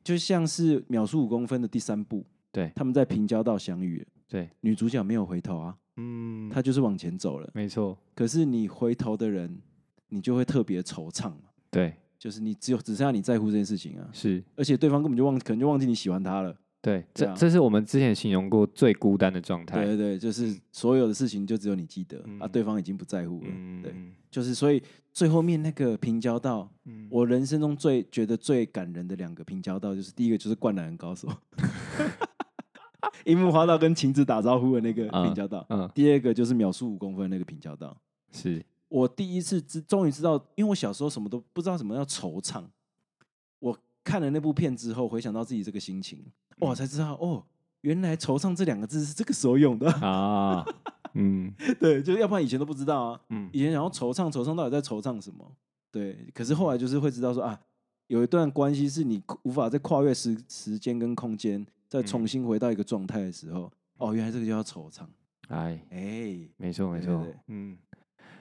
S2: 就像是秒速五公分的第三部，
S3: 对
S2: 他们在平交道相遇了，
S3: 对，
S2: 女主角没有回头啊，
S3: 嗯，
S2: 她就是往前走了。
S3: 没错，
S2: 可是你回头的人，你就会特别惆怅嘛，
S3: 对，
S2: 就是你只有只剩下你在乎这件事情啊，
S3: 是，
S2: 而且对方根本就忘，可能就忘记你喜欢他了。
S3: 对，
S2: 对
S3: 这
S2: 啊
S3: 这是我们之前形容过最孤单的状
S2: 对
S3: 态，
S2: 对对，就是所有的事情就只有你记得、啊，
S3: 嗯
S2: 对方已经不在乎了。对，
S3: 嗯，
S2: 就是所以最后面那个平交道，
S3: 嗯
S2: 我人生中最觉得最感人的两个平交道，就是第一个就是《灌篮高手》，樱木花道跟晴子打招呼的那个平交道，
S3: 嗯，
S2: 第二个就是秒速五公分的那个平交道。
S3: 是，
S2: 我第一次知，终于知道，因为我小时候什么都不知道什么叫惆怅。我看了那部片之后，回想到自己这个心情，哇，
S3: 嗯
S2: 才知道哦，原来“惆怅”这两个字是这个时候用的。 [laughs]
S3: 啊，嗯
S2: 对，就是要不然以前都不知道啊。
S3: 嗯
S2: 以前想要惆怅，惆怅到底在惆怅什么？对，可是后来就是会知道说啊，有一段关系是你无法再跨越时时间跟空间，再重
S3: 嗯
S2: 新回到一个状态的时候，哦，原来这个就叫惆怅。
S3: 哎，
S2: 哎、
S3: 没错，没
S2: 对对
S3: 错
S2: 对，
S3: 嗯，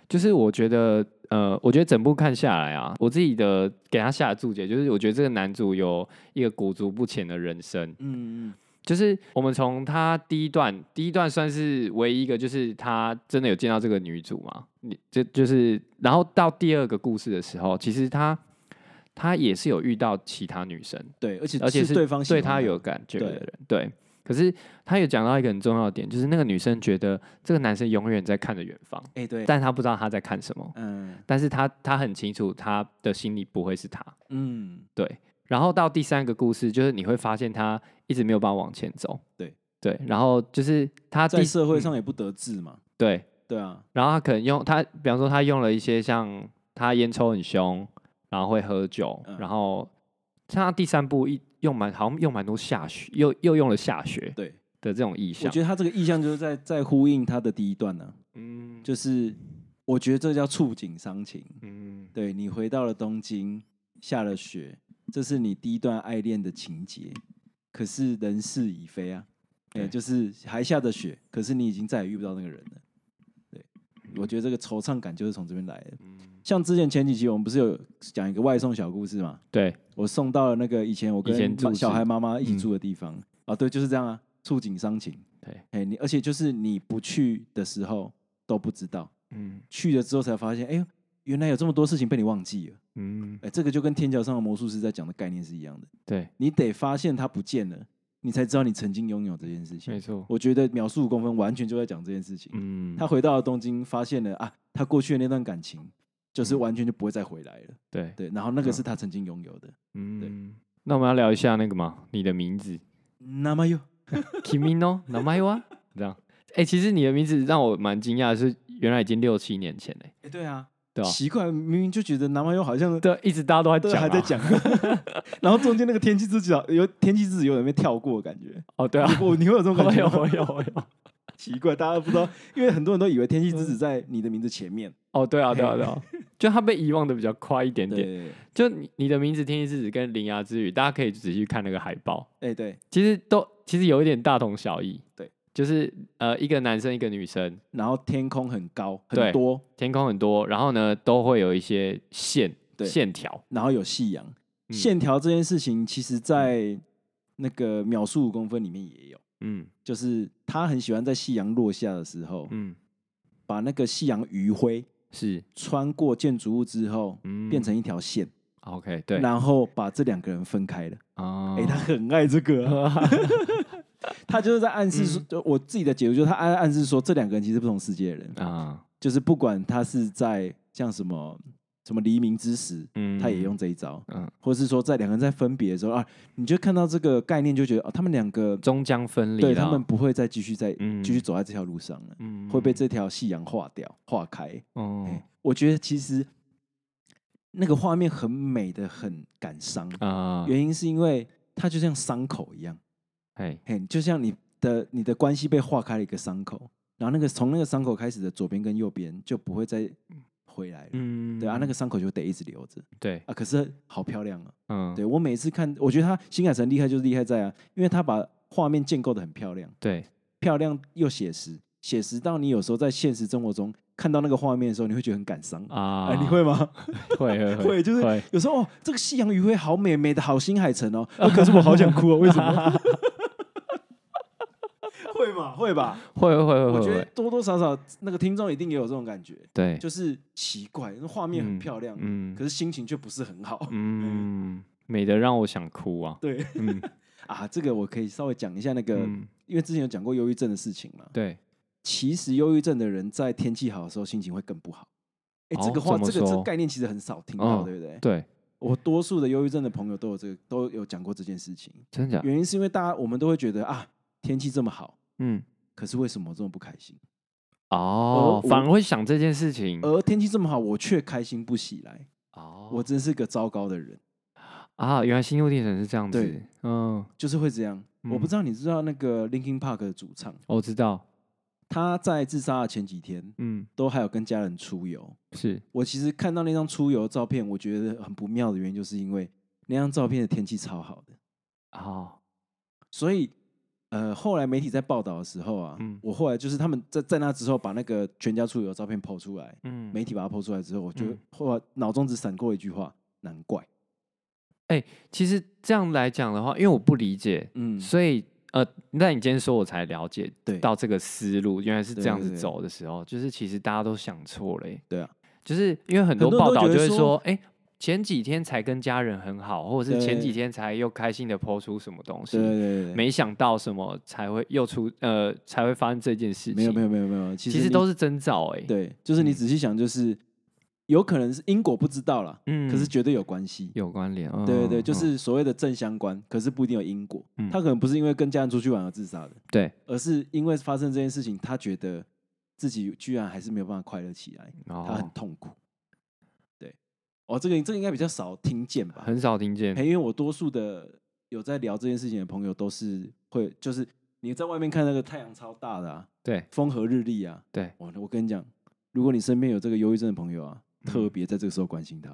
S3: 就是我觉得，呃，我觉得整部看下来啊，我自己的给他下的注解就是，我觉得这个男主有一个裹足不前的人生，
S2: 嗯嗯，
S3: 就是我们从他第一段，第一段算是唯一一个，就是他真的有见到这个女主嘛，你这就是，然后到第二个故事的时候，其实他他也是有遇到其他女生，
S2: 对，而且
S3: 而且
S2: 哦是
S3: 是
S2: 对方喜
S3: 对
S2: 欢
S3: 他
S2: 的
S3: 有感觉的
S2: 对
S3: 人，对。可是他有讲到一个很重要的点，就是那个女生觉得这个男生永远在看着远方，
S2: 哎、对，
S3: 但他不知道他在看什么，
S2: 嗯
S3: 但是他他很清楚他的心里不会是他，
S2: 嗯，
S3: 对。然后到第三个故事，就是你会发现他一直没有办法往前走，
S2: 对
S3: 对。然后就是他
S2: 在
S3: 第
S2: 社会上
S3: 嗯
S2: 也不得志嘛，
S3: 对，
S2: 对啊，
S3: 然后他可能用他，比方说他用了一些像他烟抽很凶，然后会喝酒，
S2: 嗯
S3: 然后像他第三部一用蛮好像用蛮多下雪，又又用了下雪
S2: 对，
S3: 的这种意
S2: 我
S3: 象
S2: 觉，得他这个意象就是在在呼应他的第一段呢、
S3: 嗯
S2: 就是我觉得这叫触景伤情，
S3: 嗯
S2: 对你回到了东京，下了雪，这是你第一段爱恋的情节，可是人事已非啊，哎、
S3: 对
S2: 就是还下着雪，可是你已经再也遇不到那个人了，对，我觉得这个惆怅感就是从这边来的。
S3: 嗯，
S2: 像之前前几集我们不是有讲一个外送小故事嘛，
S3: 对，
S2: 我送到了那个以前我
S3: 以前
S2: 跟
S3: 住
S2: 妈小
S3: 是
S2: 孩妈妈一起
S3: 嗯
S2: 住的地方、啊，对，就是这样啊，触景伤情。
S3: 对，
S2: 哎，你而且就是你不去的时候都不知道，
S3: 嗯
S2: 去了之后才发现，哎呦，原来有这么多事情被你忘记了。
S3: 嗯，
S2: 哎，这个就跟天桥上的魔术师在讲的概念是一样的，
S3: 对，
S2: 你得发现它不见了，你才知道你曾经拥有这件事情
S3: 没。错，
S2: 我觉得秒速五公分完全就在讲这件事情。
S3: 嗯，
S2: 他回到了东京，发现了啊，他过去的那段感情，就是完全就不会再回来了。
S3: 对，
S2: 对，然后那个
S3: 嗯
S2: 是他曾经拥有的。
S3: 嗯，那我们要聊一下那个嘛，你的名 [laughs] 字
S2: 那么哟，
S3: Kimino n a m a w a 这样。哎、其实你的名字让我蛮惊讶，的是原来已经六七年前嘞、
S2: 哎，对啊，
S3: 对吧、
S2: 奇怪，明明就觉得南蛮又好像
S3: 对，一直大家都在
S2: 都
S3: 讲、啊，
S2: 还在
S3: [laughs]
S2: 讲， [laughs] 然后中间那个天气之子啊有天气之子有点被跳过的感
S3: [laughs]
S2: 觉，
S3: 哦，对啊，
S2: 你不你会有这种感
S3: 我
S2: 觉
S3: [laughs] 有，
S2: 吗？
S3: 我有，我有。
S2: 奇怪，大家不知道，因为很多人都以为天气之
S3: 嗯
S2: 子在你的名字前面，
S3: 哦，对啊，对啊，对啊，就他被遗忘的比较快一点点。
S2: 对，
S3: 就你你的名字《天气之子》跟《铃芽之语》，大家可以仔细看那个海报，
S2: 哎对，
S3: 其实都其实有一点大同小异。
S2: 对，
S3: 就是呃，一个男生，一个女生，
S2: 然后天空很高
S3: 对
S2: 很多，
S3: 天空很多，然后呢都会有一些线
S2: 对
S3: 线条。
S2: 然后有夕阳，
S3: 嗯
S2: 线条这件事情其实在那个秒速五公分里面也有，
S3: 嗯
S2: 就是他很喜欢在夕阳落下的时候，
S3: 嗯，
S2: 把那个夕阳余晖
S3: 是，
S2: 穿过建筑物之后，
S3: 嗯，
S2: 变成一条线，
S3: OK，对，
S2: 然后把这两个人分开了。
S3: 哦，
S2: 哎、他很爱这个啊、
S3: [laughs]
S2: 他就是在暗示说，
S3: 嗯
S2: 就我自己的解读就是他暗暗示说，这两个人其实不同世界的人，
S3: 啊，
S2: 就是不管他是在像什么什么黎明之时，
S3: 嗯
S2: 他也用，这一招，
S3: 嗯，
S2: 或是说在两个人在分别的时候啊，你就看到这个概念，就觉得哦，他们两个
S3: 终将分离啦，
S2: 对他们不会再继续再
S3: 嗯
S2: 继续走在这条路上了，
S3: 嗯
S2: 会被这条夕阳化掉、化开。
S3: 哦
S2: 哎我觉得其实那个画面很美的，很感伤，
S3: 啊，
S2: 原因是因为它就像伤口一样。
S3: 哎，
S2: 嘿，就像你的你的关系被划开了一个伤口，然后那个从那个伤口开始的左边跟右边就不会再回来了。
S3: 嗯
S2: 对啊，那个伤口就得一直留着
S3: 对，
S2: 啊。可是好漂亮啊！
S3: 嗯，
S2: 对我每次看，我觉得他新海诚厉害就是厉害在啊，因为他把画面建构的很漂亮，
S3: 对
S2: 漂亮又写实，写实到你有时候在现实生活中看到那个画面的时候，你会觉得很感伤啊、
S3: 啊，
S2: 你会吗？
S3: 会会
S2: [laughs]
S3: 会
S2: 会，就是
S3: 会
S2: 有时候哦，这个夕阳余晖好美，美的好新海诚哦、哦可是我好想哭哦，为什么？ [laughs] 会吗？会吧？
S3: 会会会
S2: 我觉
S3: 会
S2: 得
S3: 会，
S2: 多多少少那个听众一定也有这种感觉，
S3: 对，
S2: 就是奇怪，那画面很漂亮，
S3: 嗯
S2: 可是心情却不是很好。
S3: 嗯，美的让我想哭啊，
S2: [laughs] 对 [laughs]
S3: 嗯
S2: 啊，这个我可以稍微讲一下那个，
S3: 嗯，
S2: 因为之前有讲过忧郁症的事情嘛。
S3: 对，
S2: 其实忧郁症的人在天气好的时候心情会更不好。哎、
S3: 哦
S2: 这个话，
S3: 怎么
S2: 这个这
S3: 说
S2: 概念其实很少听到，
S3: 嗯
S2: 对不对？
S3: 对，
S2: 我多数的忧郁症的朋友都有这个，都有讲过这件事情。
S3: 真假？
S2: 原因是因为大家我们都会觉得啊，天气这么好，
S3: 嗯，
S2: 可是为什么我这么不开心？
S3: 哦，
S2: 我
S3: 反而会想这件事情，
S2: 而天气这么好，我却开心不起来，
S3: 哦，
S2: 我真是个糟糕的人，
S3: 啊，原来心路历程是这样子
S2: 对，
S3: 嗯，
S2: 就是会这样。
S3: 嗯
S2: 我不知道你知道那个 Linkin Park 的主唱，
S3: 我知道，
S2: 他在自杀的前几天
S3: 嗯，
S2: 都还有跟家人出游。
S3: 是，
S2: 我其实看到那张出游照片，我觉得很不妙的原因，就是因为那张照片的天气超好的，
S3: 哦，
S2: 所以呃，后来媒体在报道的时候啊，
S3: 嗯
S2: 我后来就是他们在在那之后把那个全家出游的照片抛出来，
S3: 嗯，
S2: 媒体把它抛出来之后，我就
S3: 嗯
S2: 后来脑中只闪过一句话：难怪。
S3: 其实这样来讲的话，因为我不理解，
S2: 嗯，
S3: 所以呃，那你今天说我才了解
S2: 对
S3: 到这个思路，原来是
S2: 对
S3: 这样
S2: 对
S3: 子
S2: 对
S3: 走的时候，就是其实大家都想错了耶、欸
S2: 对啊，
S3: 就是因为很多
S2: 很多人
S3: 报
S2: 都
S3: 道
S2: 觉
S3: 就
S2: 得
S3: 会说
S2: 说，
S3: 哎、前几天才跟家人很好，或者是前几
S2: 对
S3: 天才又开心的抛出什么东
S2: 对对
S3: 西，
S2: 对对，
S3: 没想到什么才会又出呃才会发生这件事情，
S2: 没有没
S3: 有，
S2: 有没有没有，其
S3: 其
S2: 实
S3: 实
S2: 你
S3: 都是征兆哎、，
S2: 对，就是你
S3: 嗯
S2: 仔细想，就是有可能是因果不知道啦，
S3: 嗯
S2: 可是绝对有关系。
S3: 有关联，
S2: 对对对，
S3: 嗯
S2: 就
S3: 嗯
S2: 是所谓的正相关，可是不一定有因果
S3: 嗯。
S2: 他可能不是因为跟家人出去玩而自杀的，
S3: 对
S2: 而是因为发生这件事情，他觉得自己居然还是没有办法快乐起来，他很
S3: 哦，
S2: 痛苦。对，哦，这个这个应该比较少听见吧？
S3: 很少听见
S2: 哎，因为我多数的有在聊这件事情的朋友，都是会就是你在外面看那个太阳超大的啊，
S3: 对
S2: 风和日丽啊，
S3: 对，
S2: 我我跟你讲，如果你身边有这个忧郁症的朋友啊，
S3: 嗯
S2: 特别在这个时候关心他，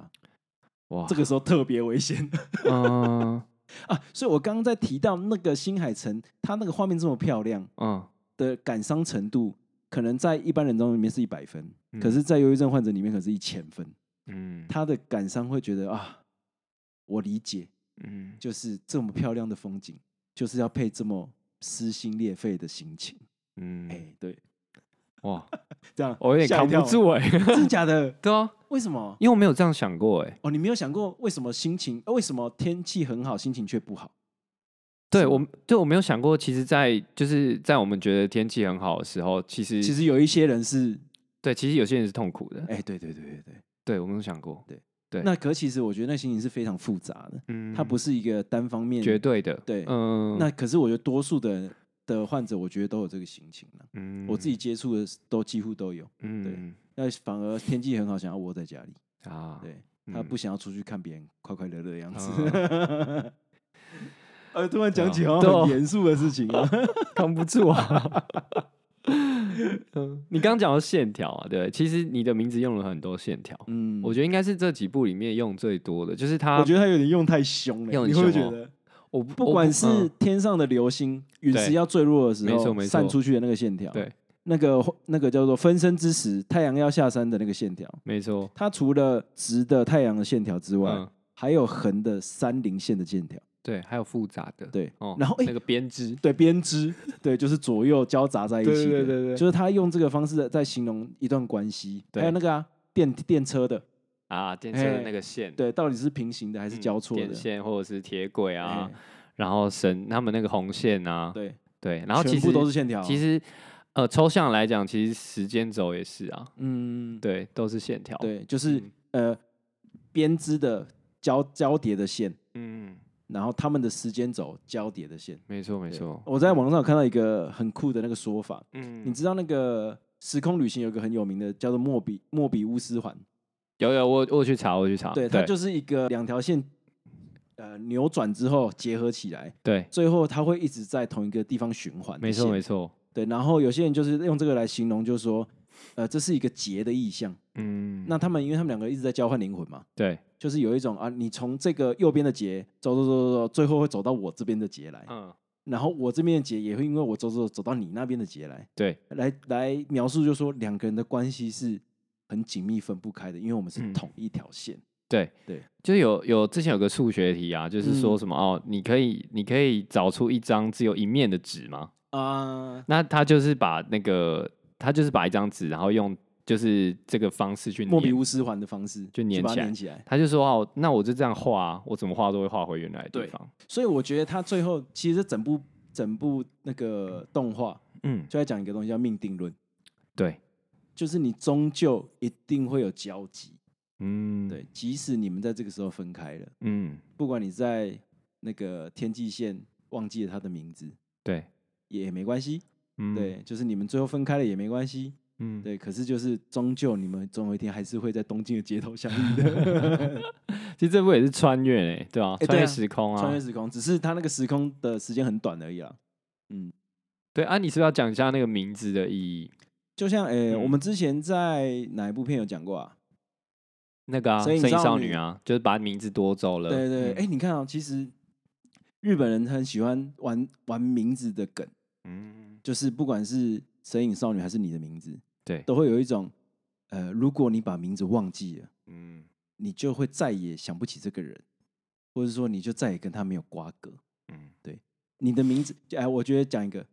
S3: 哇，
S2: 这个时候特别危险 [laughs]
S3: 嗯
S2: 啊。所以我刚刚在提到那个新海诚，他那个画面这么漂亮
S3: 嗯，
S2: 的感伤程度，可能在一般人中里面是一百分，
S3: 嗯
S2: 可是，在忧郁症患者里面可是一千分。
S3: 嗯
S2: 他的感伤会觉得啊，我理解，
S3: 嗯
S2: 就是这么漂亮的风景，就是要配这么撕心裂肺的心情。哎、
S3: 嗯，
S2: 对，
S3: 哇，
S2: 这样
S3: 我有点
S2: 吓
S3: 扛
S2: 一
S3: 不
S2: 跳
S3: 住哎、
S2: [laughs] 真假的？
S3: 对啊，
S2: 为什么？
S3: 因为我没有这样想过哎、
S2: 哦，你没有想过为什么心情，呃为什么天气很好，心情却不好？
S3: 对
S2: 是吗
S3: 我对我没有想过，其实在，就是在我们觉得天气很好的时候，其实
S2: 其实有一些人是，
S3: 对，其实有些人是痛苦的，
S2: 哎、对对对对对。
S3: 对我没有想过，对
S2: 那可其实我觉得那心情是非常复杂的，
S3: 嗯，
S2: 它不是一个单方面
S3: 绝。对的，
S2: 对
S3: 嗯，
S2: 那可是我觉得多数的的患者，我觉得都有这个心情了、
S3: 嗯
S2: 我自己，接触的都几乎都有。
S3: 嗯，
S2: 那反而天气很好，想要窝在家里，
S3: 对啊，
S2: 对他不想要出去看别人快快乐乐的样子。
S3: 哦
S2: [laughs] 呃，突然
S3: 讲
S2: 讲
S3: 起
S2: 起
S3: 好
S2: 好
S3: 像
S2: 像很
S3: 很
S2: 严肃的事情啊，
S3: [laughs] 扛不住啊。 [laughs] 嗯，你刚刚讲到线条啊，对，其实你的名字用了很多线条，
S2: 嗯，
S3: 我觉得应该是这几部里面用最多的，就是它，
S2: 我觉得他有点用太凶了，
S3: 用很
S2: 你会不会
S3: 凶
S2: 觉
S3: 哦
S2: 得？
S3: 我不
S2: 不
S3: 我
S2: 管是
S3: 嗯
S2: 天上的流星、陨
S3: 对
S2: 石要坠落的时
S3: 没错
S2: 候
S3: 没错
S2: 散出去的那个线条，
S3: 对，
S2: 那个那个叫做分身之时，太阳要下山的那个线条，
S3: 没错，
S2: 它除了直的太阳的线条之外
S3: 嗯，，
S2: 还有横的山林线的线条，
S3: 对，还有复杂的，，
S2: 对，
S3: 哦，
S2: 然后哎
S3: 那个编织，
S2: 对编织，对，就是左右交杂在一起的，
S3: 对对对对
S2: 就是他用这个方式在形容一段关系。
S3: 对
S2: 还有那个啊，电电车的，
S3: 啊，电车的
S2: 哎
S3: 那个线，
S2: 对，到底是平行的还
S3: 嗯，
S2: 是交错
S3: 电
S2: 的？
S3: 线或者是铁轨
S2: 哎
S3: 啊，然后绳他们那个红线啊，
S2: 对，
S3: 对，然后其
S2: 全
S3: 实
S2: 部都是线条。啊
S3: 其，实呃抽象来讲，其实时间轴也是啊，
S2: 嗯，
S3: 对，都是线条，，
S2: 对，就是
S3: 嗯
S2: 呃，编织的交交叠的线，
S3: 嗯，
S2: 然后他们的时间轴交叠的线。
S3: 没错没
S2: 对
S3: 错，
S2: 我在网络上有看到一个很酷的那个说法，你
S3: 嗯，
S2: 知道那个时空旅行有一个很有名的叫做莫比莫比乌斯环，
S3: 有有我我有去查我有去查，
S2: 对，它就是一个两条线。呃，扭转之后结合起来，
S3: 对，
S2: 最后它会一直在同一个地方循环的
S3: 没
S2: 线。
S3: 错没错，
S2: 对，然后有些人就是用这个来形容，就是说呃，这是一个结的意象。
S3: 嗯，
S2: 那他们因为他们两个一直在交换灵魂嘛，
S3: 对，
S2: 就是有一种啊，你从这个右边的结走走走走走，最后会走到我这边的结来，
S3: 嗯，
S2: 然后我这边的结也会因为我走走走走到你那边的结来，
S3: 对，
S2: 来来描述，就说两个人的关系是很紧密分不开的，因为我们是
S3: 嗯
S2: 同一条线。
S3: 对
S2: 对，
S3: 就有有之前有个数学题啊，就是说
S2: 嗯
S3: 什么、哦，你可以你可以找出一张只有一面的纸吗？
S2: 啊、
S3: 那他就是把那个他就是把一张纸，然后用就是这个方式去
S2: 莫比
S3: 粘
S2: 乌斯环的方式
S3: 就粘
S2: 去把它
S3: 起来
S2: 粘起来。
S3: 他就说哦，那我就这样画啊，我怎么画都会画回原来的地
S2: 对
S3: 方。
S2: 所以我觉得他最后其实这整部整部那个动画
S3: 嗯，
S2: 就在讲一个东西叫命定论，
S3: 对，
S2: 就是你终究一定会有交集。
S3: 嗯，，
S2: 对，即使你们在这个时候分开了，
S3: 嗯，
S2: 不管你在那个天际线忘记了他的名字
S3: 对，
S2: 也没关系，
S3: 嗯，，
S2: 对，就是你们最后分开了也没关系，
S3: 嗯，
S2: 对，可是就是终究你们总有一天还是会在东京的街头相遇
S3: [laughs]
S2: 的，
S3: 其实这部也是穿越哎、对啊，
S2: 哎
S3: 穿
S2: 对
S3: 越
S2: 啊
S3: 时空啊，
S2: 穿越时空，只是他那个时空的时间很短而已啦。嗯，
S3: 对啊，你是不是要讲一下那个名字的意义？
S2: 就像诶、
S3: 嗯
S2: 我们之前在哪一部片有讲过啊？
S3: 那个啊，
S2: 神隐
S3: 影
S2: 少
S3: 少
S2: 女
S3: 女啊，就是把名字夺走了。
S2: 对对对，
S3: 嗯
S2: 哎、你看啊、其实日本人很喜欢玩玩名字的梗，
S3: 嗯，
S2: 就是不管是《神隐少女》还是你的名字，
S3: 对，
S2: 都会有一种呃，如果你把名字忘记了，
S3: 嗯
S2: 你就会再也想不起这个人，或者说你就再也跟他没有瓜葛。
S3: 嗯，
S2: 你的名字，哎，我觉得讲一个，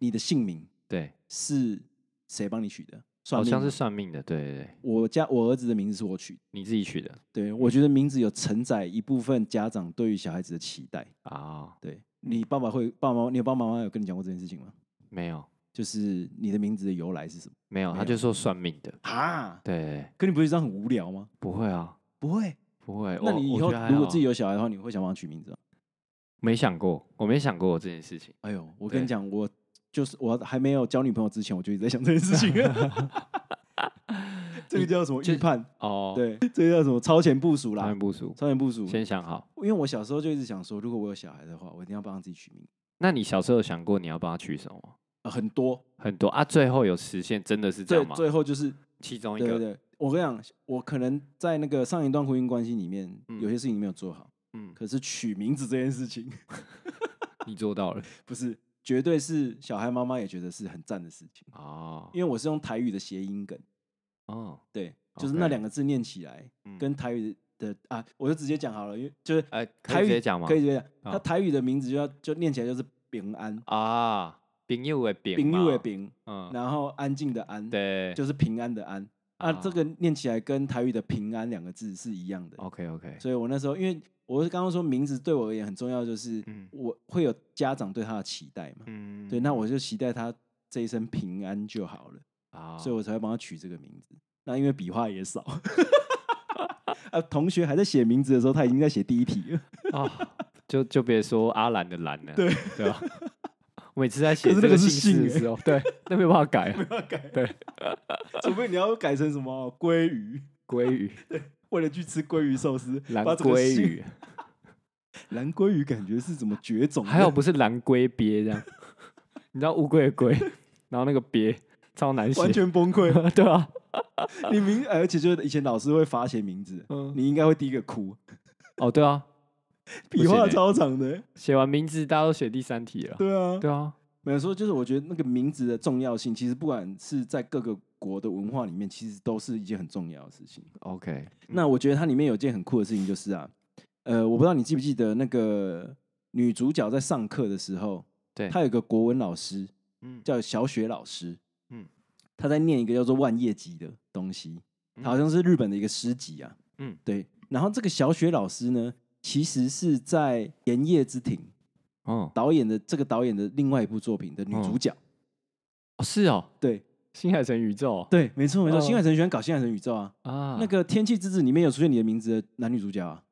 S2: 你的姓名
S3: 对，
S2: 是谁帮你取的？算
S3: 好
S2: 命
S3: 像是
S2: 吗
S3: 算命的，对对对，
S2: 我家我儿子的名字是我取的。
S3: 你自己取的
S2: 对，我觉得名字有承载一部分家长对于小孩子的期待。
S3: 啊？
S2: 对你爸爸会爸爸妈妈，你有爸爸妈妈有跟你讲过这件事情吗？
S3: 没有
S2: 就是你的名字的由来是什么？
S3: 没有，
S2: 没
S3: 他
S2: 有
S3: 就说算命的，
S2: 啊，
S3: 对对，对
S2: 可你不是这样很无聊吗？
S3: 不会啊，
S2: 不会，
S3: 不会。
S2: 那
S3: 我
S2: 你以
S3: 我
S2: 后
S3: 觉得还
S2: 如果
S3: 好
S2: 自己有小孩的话，你会想帮他取名字吗？
S3: 没想过，我没想过这件事情。
S2: 哎呦，我跟
S3: 对
S2: 你讲，我就是我还没有交女朋友之前，我就一直在想这件事
S3: [laughs]
S2: 情。这个叫什么
S3: 就
S2: 预判？
S3: 哦，，
S2: 对，这个叫什么超前部署
S3: 他
S2: 啦
S3: 们？部署，
S2: 超前部署。
S3: 先想好。
S2: 因为我小时候就一直想说，如果我有小孩的话，我一定要帮他自己取名。
S3: 那你小时候有想过你要帮他取什么吗？
S2: 呃很多，
S3: 很多啊，最后有实现，真的是这
S2: 最
S3: 样吗？
S2: 最后就是
S3: 其中一
S2: 对对
S3: 个，
S2: 对，我跟你讲，我可能在那个上一段婚姻关系里面，
S3: 嗯
S2: 有些事情没有做好，
S3: 嗯，
S2: 可是取名字这件事情，
S3: 你做到
S2: [laughs]
S3: 了
S2: 不是绝对是小孩妈妈也觉得是很赞的事情，
S3: 哦
S2: 因为我是用台语的谐音梗，
S3: 哦，
S2: 对，就是那
S3: OK
S2: 两个字念起来
S3: 嗯
S2: 跟台语的啊，我就直接讲好了，因为就是
S3: 哎，可
S2: 台
S3: 以
S2: 语
S3: 直接讲吗？
S2: 可以直接讲，
S3: 好
S2: 它台语的名字就要就念起来就是平安，
S3: 啊，丙友的丙，
S2: 平日的，平，
S3: 嗯，
S2: 然后安静的安，
S3: 对，
S2: 就是平安的安。啊，这
S3: 啊
S2: 个念起来跟台语的“平安”两个字是一样的，
S3: OK OK，
S2: 所以我那时候，因为我是刚刚说名字对我而言很重要，就是
S3: 嗯
S2: 我会有家长对他的期待嘛。
S3: 嗯
S2: 对，那我就期待他这一生平安就好了，
S3: 啊，
S2: 所以我才会帮他取这个名字。那因为笔画也 [laughs] 少，啊，同学还在写名字的时候，他已经在写第一题了。
S3: 啊，就就别说阿兰的兰了，对对吧？ [laughs] 我每次在写
S2: 可是
S3: 这
S2: 那个是
S3: 姓氏的
S2: 姓欸
S3: 时候，对，那没有办法改啊，
S2: 除非你要改成什么哦鲑鱼，
S3: 鲑鱼、
S2: 为了去吃鲑鱼寿司，
S3: 蓝
S2: 把整个
S3: 鲑
S2: 姓
S3: 鱼，
S2: 蓝鲑鱼感觉是怎么绝种的？
S3: 还有不是蓝龟鳖这样， [laughs] 你知道乌龟的龟，然后那个鳖超难写，
S2: 完全崩溃。
S3: [laughs] 对啊，
S2: 你名，而且就是以前老师会发写名字，
S3: 嗯，
S2: 你应该会第一个哭，
S3: 哦对啊，
S2: [laughs] 笔
S3: 行
S2: 画
S3: 欸
S2: 超长的。
S3: 写完名字大家都写第三题了，
S2: 对啊，
S3: 对啊，
S2: 没有说，就是我觉得那个名字的重要性，其实不管是在各个国的文化里面，其实都是一件很重要的事情。
S3: OK，
S2: 那我觉得它里面有一件很酷的事情，就是啊，呃，我不知道你记不记得那个女主角在上课的时候，
S3: 对
S2: 她有个国文老师
S3: 嗯
S2: 叫小雪老师，
S3: 嗯
S2: 嗯，她在念一个叫做《万叶集》的东西，
S3: 嗯
S2: 好像是日本的一个诗集啊，
S3: 嗯
S2: 嗯，对。然后这个小雪老师呢，其实是在《盐业之庭》
S3: 哦
S2: 导演的这个导演的另外一部作品的女主角。
S3: 哦是哦，
S2: 对
S3: 新海诚宇宙
S2: 对，没错没错，
S3: 哦
S2: 新海诚喜欢搞新海诚宇宙啊。
S3: 啊，
S2: 那个《天气之子》里面有出现你的名字的男女主角啊，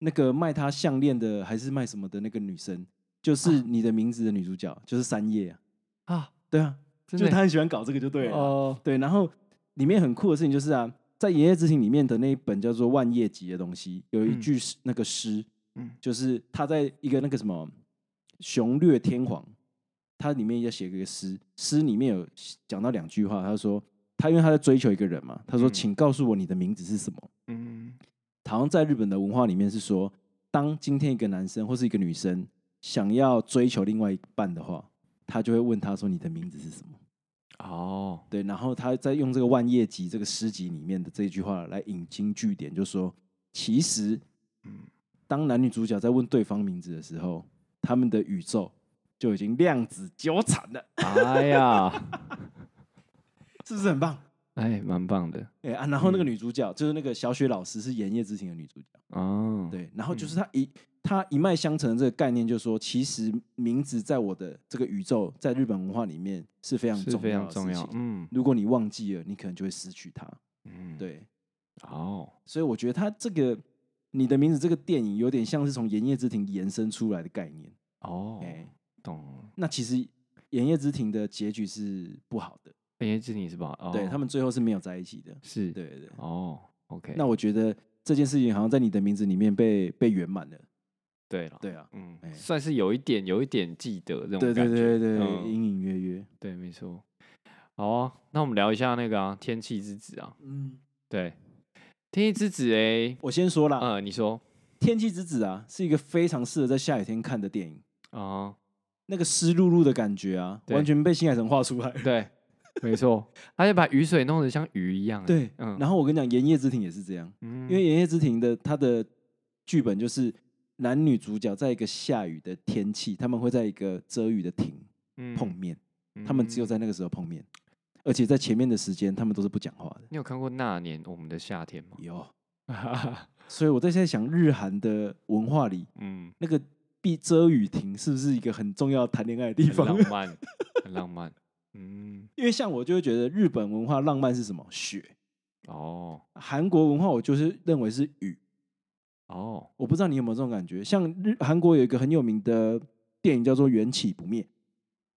S2: 那个卖他项链的还是卖什么的那个女生，就是你的名字的女主角，就是三叶啊。
S3: 啊，
S2: 对啊，就
S3: 真
S2: 是
S3: 的欸
S2: 他很喜欢搞这个就对了。
S3: 哦，
S2: 对，然后里面很酷的事情就是啊，在《爷爷之庭》里面的那一本叫做《万叶集》的东西，有一
S3: 嗯
S2: 句诗，那个诗，
S3: 嗯
S2: 就是他在一个那个什么雄略天皇，他里面也写了一个诗，诗里面有讲到两句话，他说：“他因为他在追求一个人嘛，他说：“
S3: 嗯
S2: 请告诉我你的名字是什么。”
S3: 嗯
S2: 好像在日本的文化里面是说，当今天一个男生或是一个女生想要追求另外一半的话，他就会问他说：“你的名字是什么
S3: 哦？”，
S2: 对，然后他再用这个《万叶集》这个诗集里面的这一句话来引经据典，就说其实
S3: 嗯
S2: 当男女主角在问对方名字的时候，他们的宇宙就已经量子纠缠
S3: [laughs]
S2: 了，
S3: 哎
S2: [laughs]
S3: 呀，
S2: 是不是很棒？
S3: 哎，蛮棒的
S2: 哎、啊，然后
S3: 嗯
S2: 那个女主角、就是那个小雪老师，是《盐业之情》的女主角。
S3: 哦。，
S2: 对，然后就
S3: 嗯
S2: 是他一他一脉相承的这个概念，就是说，其实名字在我的这个宇宙，在日本文化里面是非常
S3: 是非常
S2: 重
S3: 重
S2: 要的
S3: 要
S2: 事。情。
S3: 嗯
S2: 如果你忘记了，你可能就会失去它。
S3: 嗯，，
S2: 对，
S3: 哦，
S2: 所以我觉得他这个你的名字这个电影有点像是从《盐业之庭》延伸出来的概念。
S3: 哦，
S2: 哎
S3: 懂了。
S2: 那其实《盐业之庭》的结局是不好的，
S3: 本业之你是吧？哦，
S2: 对他们最后是没有在一起的。
S3: 是，
S2: 对对对。
S3: 哦，OK，
S2: 那我觉得这件事情好像在你的名字里面被被圆满了。
S3: 对了，
S2: 对啊，
S3: 嗯
S2: 哎，
S3: 算是有一点，有一点记得这种
S2: 对对
S3: 感
S2: 对
S3: 觉
S2: 对，
S3: 嗯
S2: 隐隐约约。
S3: 对，没错。好啊，那我们聊一下那个啊，天气之子啊，
S2: 嗯，
S3: 对，天气之子哎，
S2: 我先说啦，
S3: 呃，你说
S2: 《天气之子》啊，是一个非常适合在下雨天看的电影。
S3: 啊、
S2: 那个湿漉漉的感觉啊，
S3: 对嗯
S2: 完全被新海诚画出来了。
S3: 对，没错，他就把雨水弄得像鱼一样欸，
S2: 对，
S3: 嗯，
S2: 然后我跟你讲，《盐业之庭》也是这样，
S3: 嗯
S2: 因为《盐业之庭》的它的剧本就是男女主角在一个下雨的天气，他们会在一个遮雨的亭碰
S3: 嗯，
S2: 面，他们只有
S3: 嗯
S2: 在那个时候碰面，而且在前面的时间他们都是不讲话的。
S3: 你有看过《那年我们的夏天》吗？
S2: 有，
S3: 哈，
S2: 所以我在现在想，日韩的文化里， [laughs]
S3: 嗯，
S2: 那个避遮雨亭是不是一个很重要谈恋爱的地
S3: 很
S2: 方？
S3: 浪漫，很浪漫，嗯，
S2: [laughs] 因为像我就会觉得日本文化浪漫是什么雪，
S3: 哦
S2: 韩国文化我就是认为是雨。
S3: 哦，
S2: 我不知道你有没有这种感觉，像日韩国有一个很有名的电影叫做《缘起不灭》，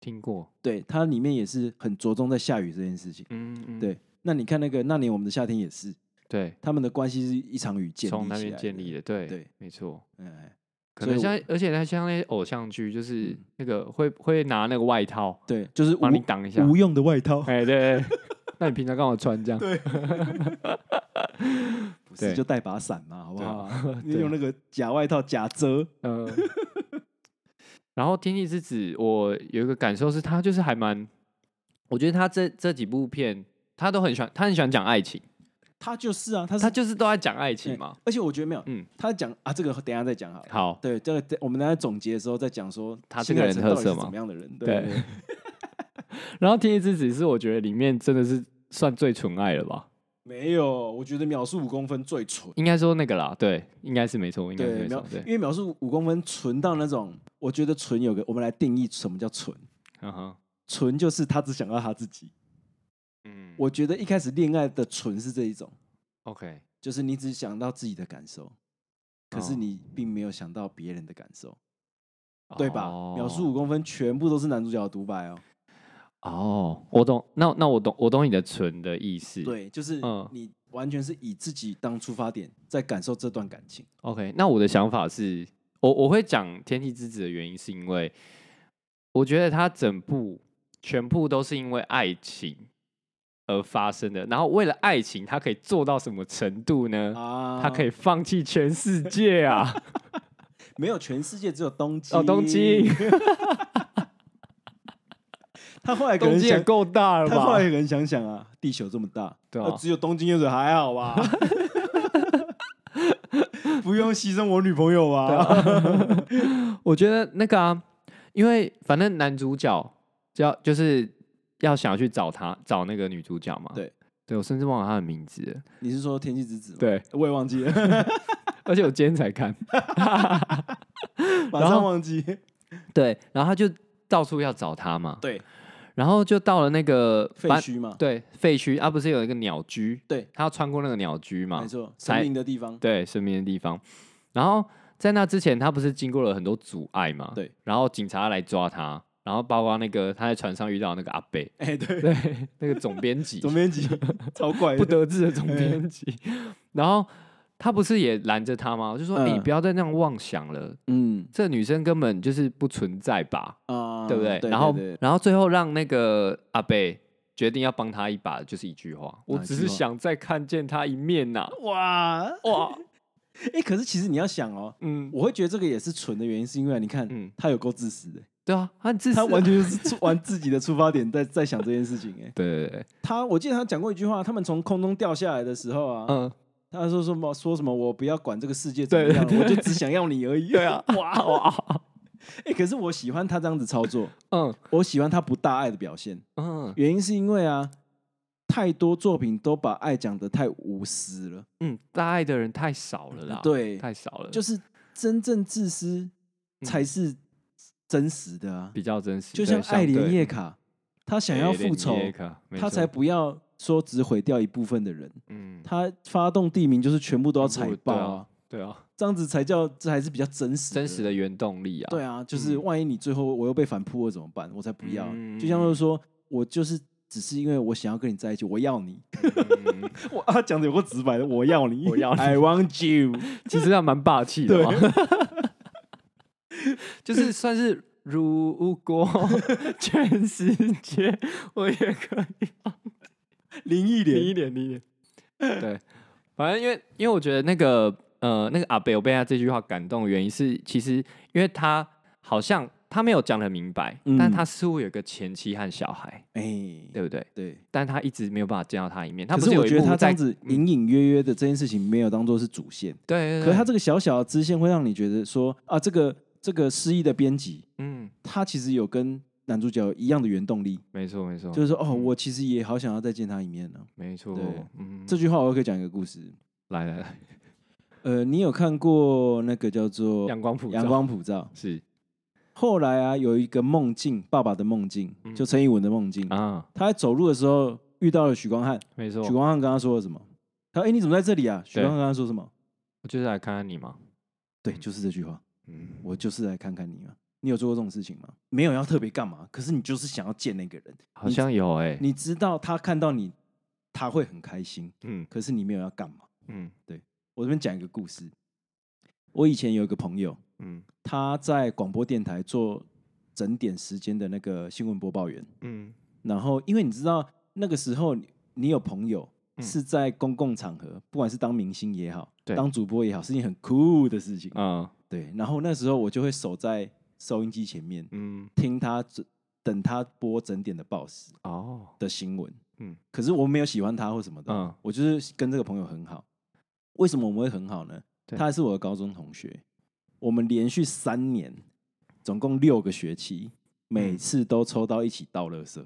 S3: 听过，
S2: 对，它里面也是很着重在下雨这件事情。
S3: 嗯，嗯
S2: 对，那你看那个那年我们的夏天也是，
S3: 对，
S2: 他们的关系是一场雨建立
S3: 从那边建立
S2: 的，
S3: 的，对
S2: 对
S3: 没错。
S2: 嗯，
S3: 可
S2: 所
S3: 能
S2: 以
S3: 像
S2: 我，
S3: 而且他像那些偶像剧，就是
S2: 嗯
S3: 那个会会拿那个外套
S2: 对，就是
S3: 帮你
S2: 无
S3: 挡一下，
S2: 无用的外套，
S3: 哎，对，对 [laughs] 那你平常干嘛穿这样？对
S2: 不是
S3: 对
S2: 就带把伞嘛，好不好？ [laughs]
S3: 啊，
S2: 你用那个假外套假遮， [laughs]
S3: 呃，然后《天气之子》，我有一个感受是，他就是还蛮，我觉得他这这几部片，他都很喜欢，他很喜欢讲爱情，
S2: 它就是啊，它是
S3: 他就是都在讲爱情
S2: 对
S3: 嘛。
S2: 而且我觉得没有，
S3: 嗯
S2: 他讲啊，这个等一下再讲好了。
S3: 好，
S2: 对，这个等我们等一下总结的时候再讲说
S3: 他
S2: 新
S3: 这个
S2: 海
S3: 人
S2: 诚
S3: 特
S2: 到底是
S3: 色嘛
S2: 怎么样的人？对，
S3: [laughs] 对。然后《天气之子》是我觉得里面真的是算最纯爱了吧？
S2: 没有，我觉得秒速五公分最纯。
S3: 应该说那个啦，对，应该是没错，应该是
S2: 对，
S3: 没
S2: 秒
S3: 错，，对
S2: 因，为秒速五公分纯到那种，我觉得纯有个，我们来定义什么叫纯。
S3: 嗯哼，
S2: 纯就是他只想要他自己。
S3: 嗯，
S2: 我觉得一开始恋爱的纯是这一种，
S3: OK，
S2: 就是你只想到自己的感受，可是
S3: 哦
S2: 你并没有想到别人的感受，对吧？秒
S3: 哦
S2: 速五公分全部都是男主角的独白哦。
S3: 哦，我懂，那那我懂，我懂你的纯的意思。
S2: 对，就是
S3: 嗯
S2: 你完全是以自己当出发点，在感受这段感情。
S3: ，OK，那我的想法是，我我会讲《天气之子》的原因，是因为我觉得它整部全部都是因为爱情而发生的，然后为了爱情，它可以做到什么程度呢？
S2: 啊，
S3: 嗯它可以放弃全世界啊！
S2: 没有全世界只有东京
S3: 哦，东京，，
S2: [laughs] 他后来可
S3: 东
S2: 能
S3: 京也
S2: 想，
S3: 够大了
S2: 他后来
S3: 吧？
S2: 可能想想啊，地球这么大，
S3: 对啊
S2: 那只有东京有水还好吧， [laughs] 不用牺牲我女朋友
S3: 啊
S2: 吧？
S3: 我觉得那个啊，因为反正男主角就要就是要想要去找他找那个女主角嘛。
S2: 对，
S3: 对我甚至忘了她的名字了。
S2: [laughs] 你是说《天气之子》吗？，
S3: 对，
S2: 我也忘记
S3: [laughs]
S2: 了，
S3: 而且我今天才看。
S2: 马
S3: 然
S2: 上
S3: 后
S2: 忘
S3: [laughs]
S2: 记。
S3: 对，然后他就到处要找他嘛。
S2: 对，
S3: 然后就到了那个
S2: 废
S3: 反
S2: 墟嘛，
S3: 对，废墟啊，不是有一个鸟居？
S2: 对，
S3: 他要穿过那个鸟居嘛
S2: 没。错，
S3: 才
S2: 森林的地方，
S3: 对，身边的地方。然后在那之前，他不是经过了很多阻碍嘛？
S2: 对。
S3: 然后警察来抓他，然后包括那个他在船上遇到那个阿贝，
S2: 哎， [laughs] 对，
S3: 对，那个总编辑，
S2: 总编嗯
S3: [laughs]
S2: 辑超怪
S3: 不
S2: 的，
S3: 得志的总编辑。然后他不是也拦着他吗？我就说、哎，你
S2: 嗯
S3: 不要再那样妄想了，
S2: 嗯
S3: 这女生根本就是不存在吧，
S2: 啊，
S3: 嗯对不对？
S2: 对？
S3: 然后
S2: 对对
S3: 然后最后让那个阿贝决定要帮他一把，就是一句话，我
S2: 哪一
S3: 只
S2: 句
S3: 是
S2: 话
S3: 想再看见他一面呐、
S2: 哇，
S3: 哇，
S2: 哎、可是其实你要想哦，
S3: 嗯，
S2: 我会觉得这个也是蠢的原因，是因为啊你看，
S3: 嗯
S2: 他有够自私的，
S3: 对啊，他很自私啊、
S2: 他完全就是出玩自己的出发点在在想这件事情、哎，
S3: 对对对，对
S2: 他我记得他讲过一句话，他们从空中掉下来的时候啊，
S3: 嗯，
S2: 他说什么说什么我不要管这个世界怎么
S3: 对
S2: 样，
S3: 对
S2: 我就只想要你而已。[laughs]
S3: 对啊，哇哇，
S2: 哎、可是我喜欢他这样子操作，
S3: 嗯
S2: 我喜欢他不大爱的表现，
S3: 嗯
S2: 原因是因为啊，太多作品都把爱讲得太无私了，
S3: 嗯，大爱的人太少了啦，，
S2: 对，
S3: 太少了，
S2: 就是是真正自私才是真实的啊。
S3: 嗯比较真实，
S2: 就像爱莲叶卡，他想要复仇，他
S3: 他
S2: 才不要说只毁掉一部分的人，
S3: 嗯，
S2: 他发动地名就是全部都要踩爆
S3: 对
S2: 啊
S3: 啊，，对啊，
S2: 这样子才叫这还是比较真实
S3: 真实的原动力啊，
S2: 对啊，就是
S3: 嗯
S2: 万一你最后我又被反扑了怎么办？我才不要。
S3: 嗯
S2: 就像是说我就是只是因为我想要跟你在一起，我要你。
S3: 嗯，
S2: 我啊讲的有个直白的， [laughs] 我要你，
S3: 我要你
S2: ，I want you。
S3: [laughs] 其实还蛮霸气的嘛，哦 [laughs] 就是算是如果 [laughs] 全世界我也可以
S2: 林忆
S3: 零
S2: 莲
S3: 一点零一点，对，反正因为因为我觉得那个呃那个阿北我被他这句话感动，的原因是其实因为他好像他没有讲的明白，
S2: 嗯
S3: 但他似乎有个前妻和小孩，
S2: 哎、
S3: 对不对？
S2: 对。
S3: 但他一直没有办法见到他一面，他
S2: 可
S3: 不
S2: 是
S3: 有
S2: 我
S3: 一
S2: 觉得
S3: 幕
S2: 他这
S3: 在
S2: 样子
S3: 嗯
S2: 隐隐约约的这件事情没有当做是主线，
S3: 对，对
S2: 可是他
S3: 对
S2: 这个小小的支线会让你觉得说啊，这个这个失忆的编辑，
S3: 嗯，
S2: 他其实有跟男主角有一样的原动力，
S3: 没错没错，
S2: 就是说哦，
S3: 嗯
S2: 我其实也好想要再见他一面呢、
S3: 没错
S2: 对，
S3: 嗯，
S2: 这句话我又可以讲一个故事，
S3: 来来来，
S2: 呃，你有看过那个叫做
S3: 阳光普
S2: 阳
S3: 照
S2: 光普照？
S3: 是
S2: 后来啊，有一个梦境，爸爸的梦境，
S3: 嗯
S2: 就陈以文的梦境。
S3: 啊，
S2: 他在走路的时候遇到了许光汉，
S3: 没错
S2: 许，光汉跟他说了什么？他说：“哎、你怎么在这里啊？”许光汉跟他说什么？
S3: 我就是来看看你嘛，
S2: 对，就是这句话。
S3: 嗯，
S2: 我就是来看看你嘛。你有做过这种事情吗？没有要特别干嘛，可是你就是想要见那个人。
S3: 好像有哎，
S2: 你知道他看到你，他会很开心，
S3: 嗯
S2: 可是你没有要干嘛。
S3: 嗯
S2: 我这边讲一个故事。我以前有一个朋友，
S3: 嗯
S2: 他在广播电台做整点时间的那个新闻播报员。
S3: 嗯
S2: 然后，因为你知道那个时候你你有朋友
S3: 嗯
S2: 是在公共场合，不管是当明星也好，
S3: 对
S2: 当主播也好，是一件很酷的事情。
S3: 啊
S2: 对，然后那时候我就会守在收音机前面，
S3: 嗯
S2: 听他整等他播整点的报时
S3: 哦
S2: 的新闻。
S3: 嗯
S2: 可是我没有喜欢他或什么的，
S3: 嗯
S2: 我就是跟这个朋友很好。为什么我们会很好呢？
S3: 对
S2: 他是我的高中同学，我们连续三年，总共六个学期，每
S3: 嗯
S2: 次都抽到一起倒垃圾，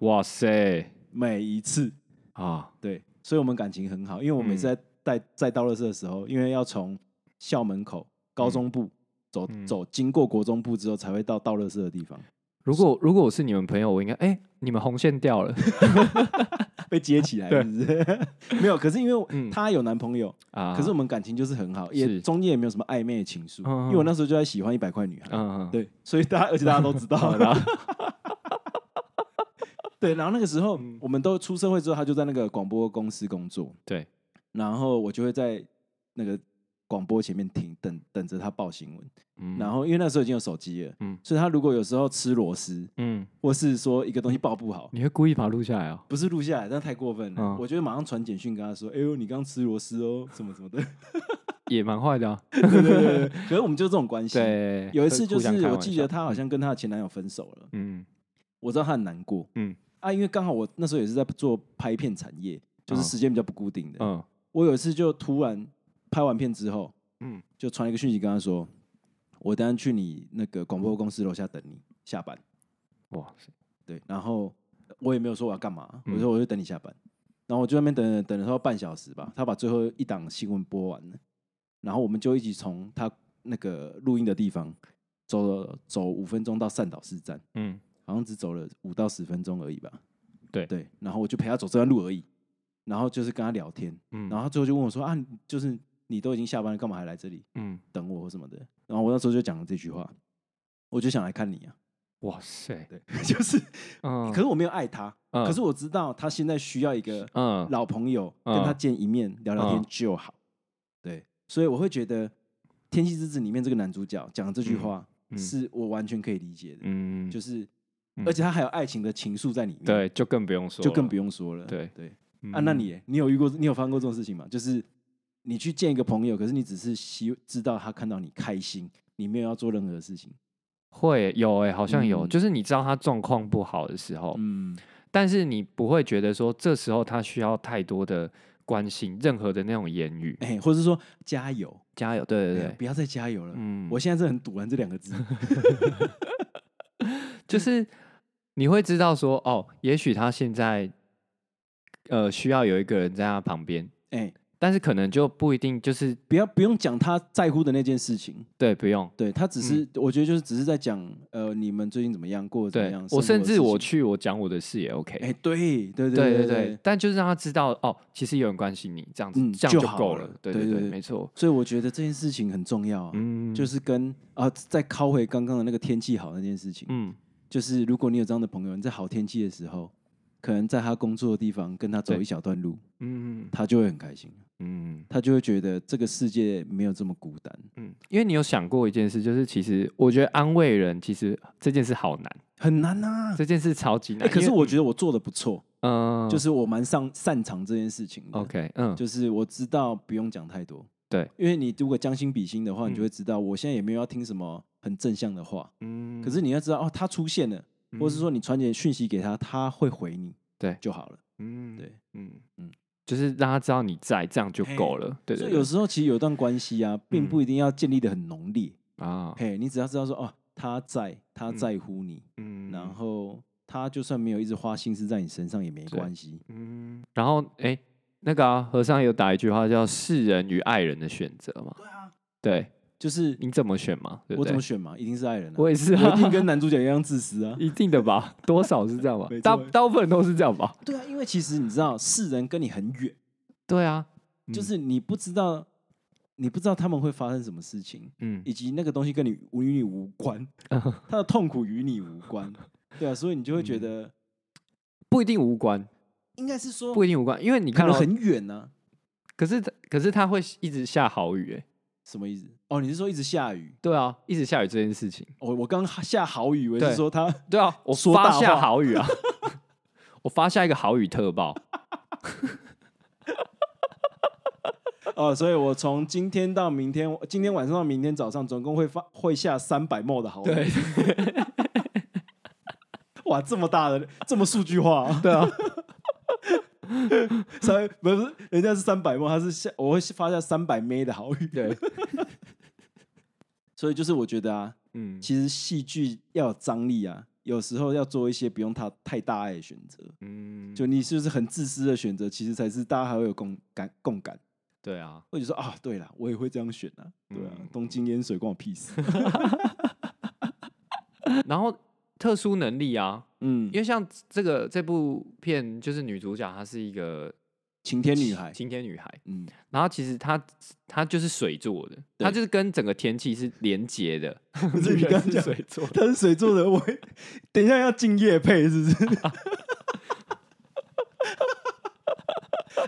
S3: 哇塞
S2: 每一次
S3: 啊
S2: 对，所以我们感情很好。因为我每次
S3: 嗯
S2: 在带在倒垃圾的时候，因为要从校门口高中部。走
S3: 嗯
S2: 走，经过国中部之后才会到倒垃圾的
S3: [laughs]
S2: 地方，
S3: 如果如果我是你们朋友，我应该哎、你们红线掉
S2: [laughs]
S3: 了
S2: 被接起来，是不是？ [laughs] 没有，可是因为我
S3: 嗯
S2: 她有男朋友，
S3: 啊。
S2: 可是我们感情就是很好，也
S3: 是
S2: 中间也没有什么暧昧的情愫。
S3: 嗯
S2: 因为我那时候就在喜欢一百块女孩，
S3: 嗯，嗯，
S2: 对，所以大家而且大家都
S3: [laughs]
S2: 知道。 [laughs] 对，然后那个时候
S3: 嗯
S2: 我们都出社会之后，他就在那个广播公司工作，
S3: 对，
S2: 然后我就会在那个广播前面听，等等着他报新闻。
S3: 嗯
S2: 然后因为那时候已经有手机了，
S3: 嗯
S2: 所以他如果有时候吃螺丝，
S3: 嗯，
S2: 或是说一个东西报不好，
S3: 你会故意把它录下来哦？
S2: 不是录下来，但太过分了，
S3: 嗯
S2: 我就会马上传简讯跟他说：“哎呦，你刚吃螺丝哦，什么什么
S3: [laughs]
S2: 的。”
S3: 也蛮坏的啊。
S2: 对对对对，可 [laughs] 是我们就这种关系。
S3: 对，
S2: 有一次
S3: 会
S2: 就
S3: 哎互相
S2: 是
S3: 开
S2: 我
S3: 玩
S2: 记得
S3: 笑，
S2: 她好像跟她的前男友分手了，
S3: 嗯
S2: 我知道她很难过
S3: 嗯
S2: 啊，因为刚好我那时候也是在做拍片产业，就是
S3: 嗯
S2: 时间比较不固定的。
S3: 嗯
S2: 我有一次就突然拍完片之后，
S3: 嗯
S2: 就传一个讯息跟她说，我等下去你那个广播公司楼下等你下班。
S3: 哇塞，
S2: 对，然后我也没有说我要干嘛，
S3: 嗯
S2: 我说我就等你下班，然后我就在那边等等等了差不多半小时吧，他把最后一档新闻播完了，然后我们就一起从他那个录音的地方走了走五分钟到善导市站，
S3: 嗯
S2: 好像只走了五到十分钟而已吧。
S3: 对
S2: 对，然后我就陪他走这段路而已，然后就是跟他聊天，
S3: 嗯，
S2: 然后他最后就问我说啊，你就是你都已经下班了，干嘛还来这里
S3: 嗯，
S2: 等我或什么的？然后我那时候就讲了这句话，我就想来看你啊， [laughs]
S3: 哇塞，
S2: 对，就是
S3: 嗯，
S2: 可是我没有爱他，
S3: 嗯
S2: 可是我知道他现在需要一个
S3: 嗯
S2: 老朋友
S3: 嗯
S2: 跟他见一面聊聊
S3: 嗯
S2: 天就好。对，所以我会觉得《天气之子》里面这个男主角讲的这句话
S3: 嗯嗯
S2: 是我完全可以理解的，
S3: 嗯，
S2: 就是是
S3: 嗯
S2: 而且它还有爱情的情愫在里面，，
S3: 对，就更不用说了，
S2: 就更不用说了。
S3: 啊对
S2: 对，
S3: 嗯
S2: 啊，那你耶你有遇过你有发生过这种事情吗？就是你去见一个朋友，可是你只是希知道他看到你开心，你没有要做任何事情。
S3: 会有哎、好像有，
S2: 嗯
S3: 就是你知道他状况不好的时候，
S2: 嗯，
S3: 但是你不会觉得说这时候他需要太多的关心，任何的那种言语，
S2: 哎、或者是说加油，
S3: 加油，对对
S2: 哎
S3: 对，
S2: 不要再加油了。
S3: 嗯
S2: 我现在是很堵完这两个字，
S3: 就是你会知道说，哦，也许他现在呃需要有一个人在他旁边，
S2: 哎、
S3: 但是可能就不一定就是
S2: 不要不用讲他在乎的那件事情，
S3: 对，不用。
S2: 对他只
S3: 嗯
S2: 是、我觉得就是只是在讲呃你们最近怎么样过得怎么
S3: 对
S2: 样，
S3: 我
S2: 生活
S3: 甚
S2: 的
S3: 至
S2: 事
S3: 我
S2: 情
S3: 去我讲我的事也 OK，、
S2: 哎、对对
S3: 对
S2: 对
S3: 对对，但就是让他知道哦，其实有人关心你，这样子、
S2: 嗯
S3: 这样
S2: 就
S3: 就
S2: 好
S3: 够
S2: 了
S3: 对
S2: 对
S3: 对
S2: 对对
S3: 没错，
S2: 所以我觉得这件事情很重要啊，
S3: 嗯，
S2: 就是跟啊再拷回刚刚的那个天气好那件事情，
S3: 嗯，
S2: 就是如果你有这样的朋友，你在好天气的时候，可能在他工作的地方跟他走
S3: 对
S2: 一小段路，
S3: 嗯
S2: 他就会很开心，
S3: 嗯
S2: 他就会觉得这个世界没有这么孤单，
S3: 嗯，因为你有想过一件事，就是其实我觉得安慰人，其实这件事好难，
S2: 很难呐、啊。
S3: 这件事超级难。
S2: 哎、可是
S3: 因为
S2: 我觉得我做的不错，
S3: 嗯、
S2: 就是我蛮上擅长这件事情的。
S3: OK，嗯，
S2: 就是我知道不用讲太多，
S3: 对，
S2: 因为你如果将心比心的话，
S3: 嗯
S2: 你就会知道我现在也没有要听什么很正向的话，
S3: 嗯
S2: 可是你要知道哦，他出现了，或是说你传点讯息给他，他会回你，
S3: 对
S2: 就好了。
S3: 嗯，
S2: 对，
S3: 嗯嗯
S2: 嗯，
S3: 就是让他知道你在，这样就够了。对
S2: 所
S3: 对
S2: 以有
S3: 对，
S2: 时候其实有一段关系啊，并不一定要建立的很浓烈，
S3: 啊，
S2: 嘿，你只要知道说哦，他在，他在乎你，
S3: 嗯
S2: 然后他就算没有一直花心思在你身上也没
S3: 对
S2: 关系。
S3: 嗯，然后哎、那个、啊、和尚有打一句话叫“世人与爱人的选择”嘛？对啊，对，
S2: 就是
S3: 你怎么选嘛？对不
S2: 我怎
S3: 对
S2: 么？选嘛，一定是爱人啊，
S3: 我也是、啊，
S2: 我一定跟男主角一样自私啊
S3: [laughs] 。一定的吧，多少是这样吧
S2: 没，错
S3: 大大部分人都是这样吧。
S2: [laughs] 对啊，因为其实你知道，世人跟你很远，
S3: 对啊，
S2: 就
S3: 嗯
S2: 是你不知道，你不知道他们会发生什么事情，
S3: 嗯
S2: 以及那个东西跟你无与你无 [laughs] 关，他的痛苦与你无关，对啊，所以你就会觉得，
S3: 不一定无关，
S2: 应该是说
S3: 不一定无关，因为你
S2: 可
S3: 看
S2: 能
S3: 到，
S2: 很远啊呢、
S3: 可是它可是它会一直下好雨、哎，
S2: 什么意思？哦，你是说一直下雨？哦
S3: 对啊，一直下雨这件事情，
S2: 我我刚下好雨，我
S3: 对
S2: 是说他
S3: 对啊，我
S2: 说
S3: 发
S2: 大
S3: 下
S2: 话
S3: 好雨 [laughs] 啊，我发下一个好雨特报，
S2: 哦，所以我从今天到明天，今天晚上到明天早上，总共会发会下三百沫的好雨。
S3: 对，
S2: [laughs] 哇，这么大的，这么数据化、啊，
S3: 对啊，
S2: [laughs] 三不是人家是三百沫，他是下我会发下三百枚的好雨。
S3: 对，
S2: [laughs] 所以就是我觉得啊，
S3: 嗯
S2: 其实戏剧要有张力啊，有时候要做一些不用太太大爱的选择。
S3: 嗯，
S2: 就你是不是很自私的选择，其实才是大家还会有共感共感，
S3: 对啊，
S2: 或者说啊，对了，我也会这样选啊，对啊，
S3: 嗯
S2: 东京淹水关我屁
S3: [laughs]
S2: 事。
S3: 然后特殊能力啊，
S2: 嗯
S3: 因，为像这个这部片就是女主角她是一个
S2: 晴天女孩，
S3: 晴天女孩，
S2: 嗯，
S3: 然后其实她她就是水做的，
S2: 对
S3: 她就是跟整个天气是连接的，
S2: [laughs] 不是你刚刚
S3: 是
S2: 讲
S3: 水做
S2: [laughs]
S3: 的，
S2: 她是水做的，我 [laughs] 等一下要敬业配是不是？ [laughs]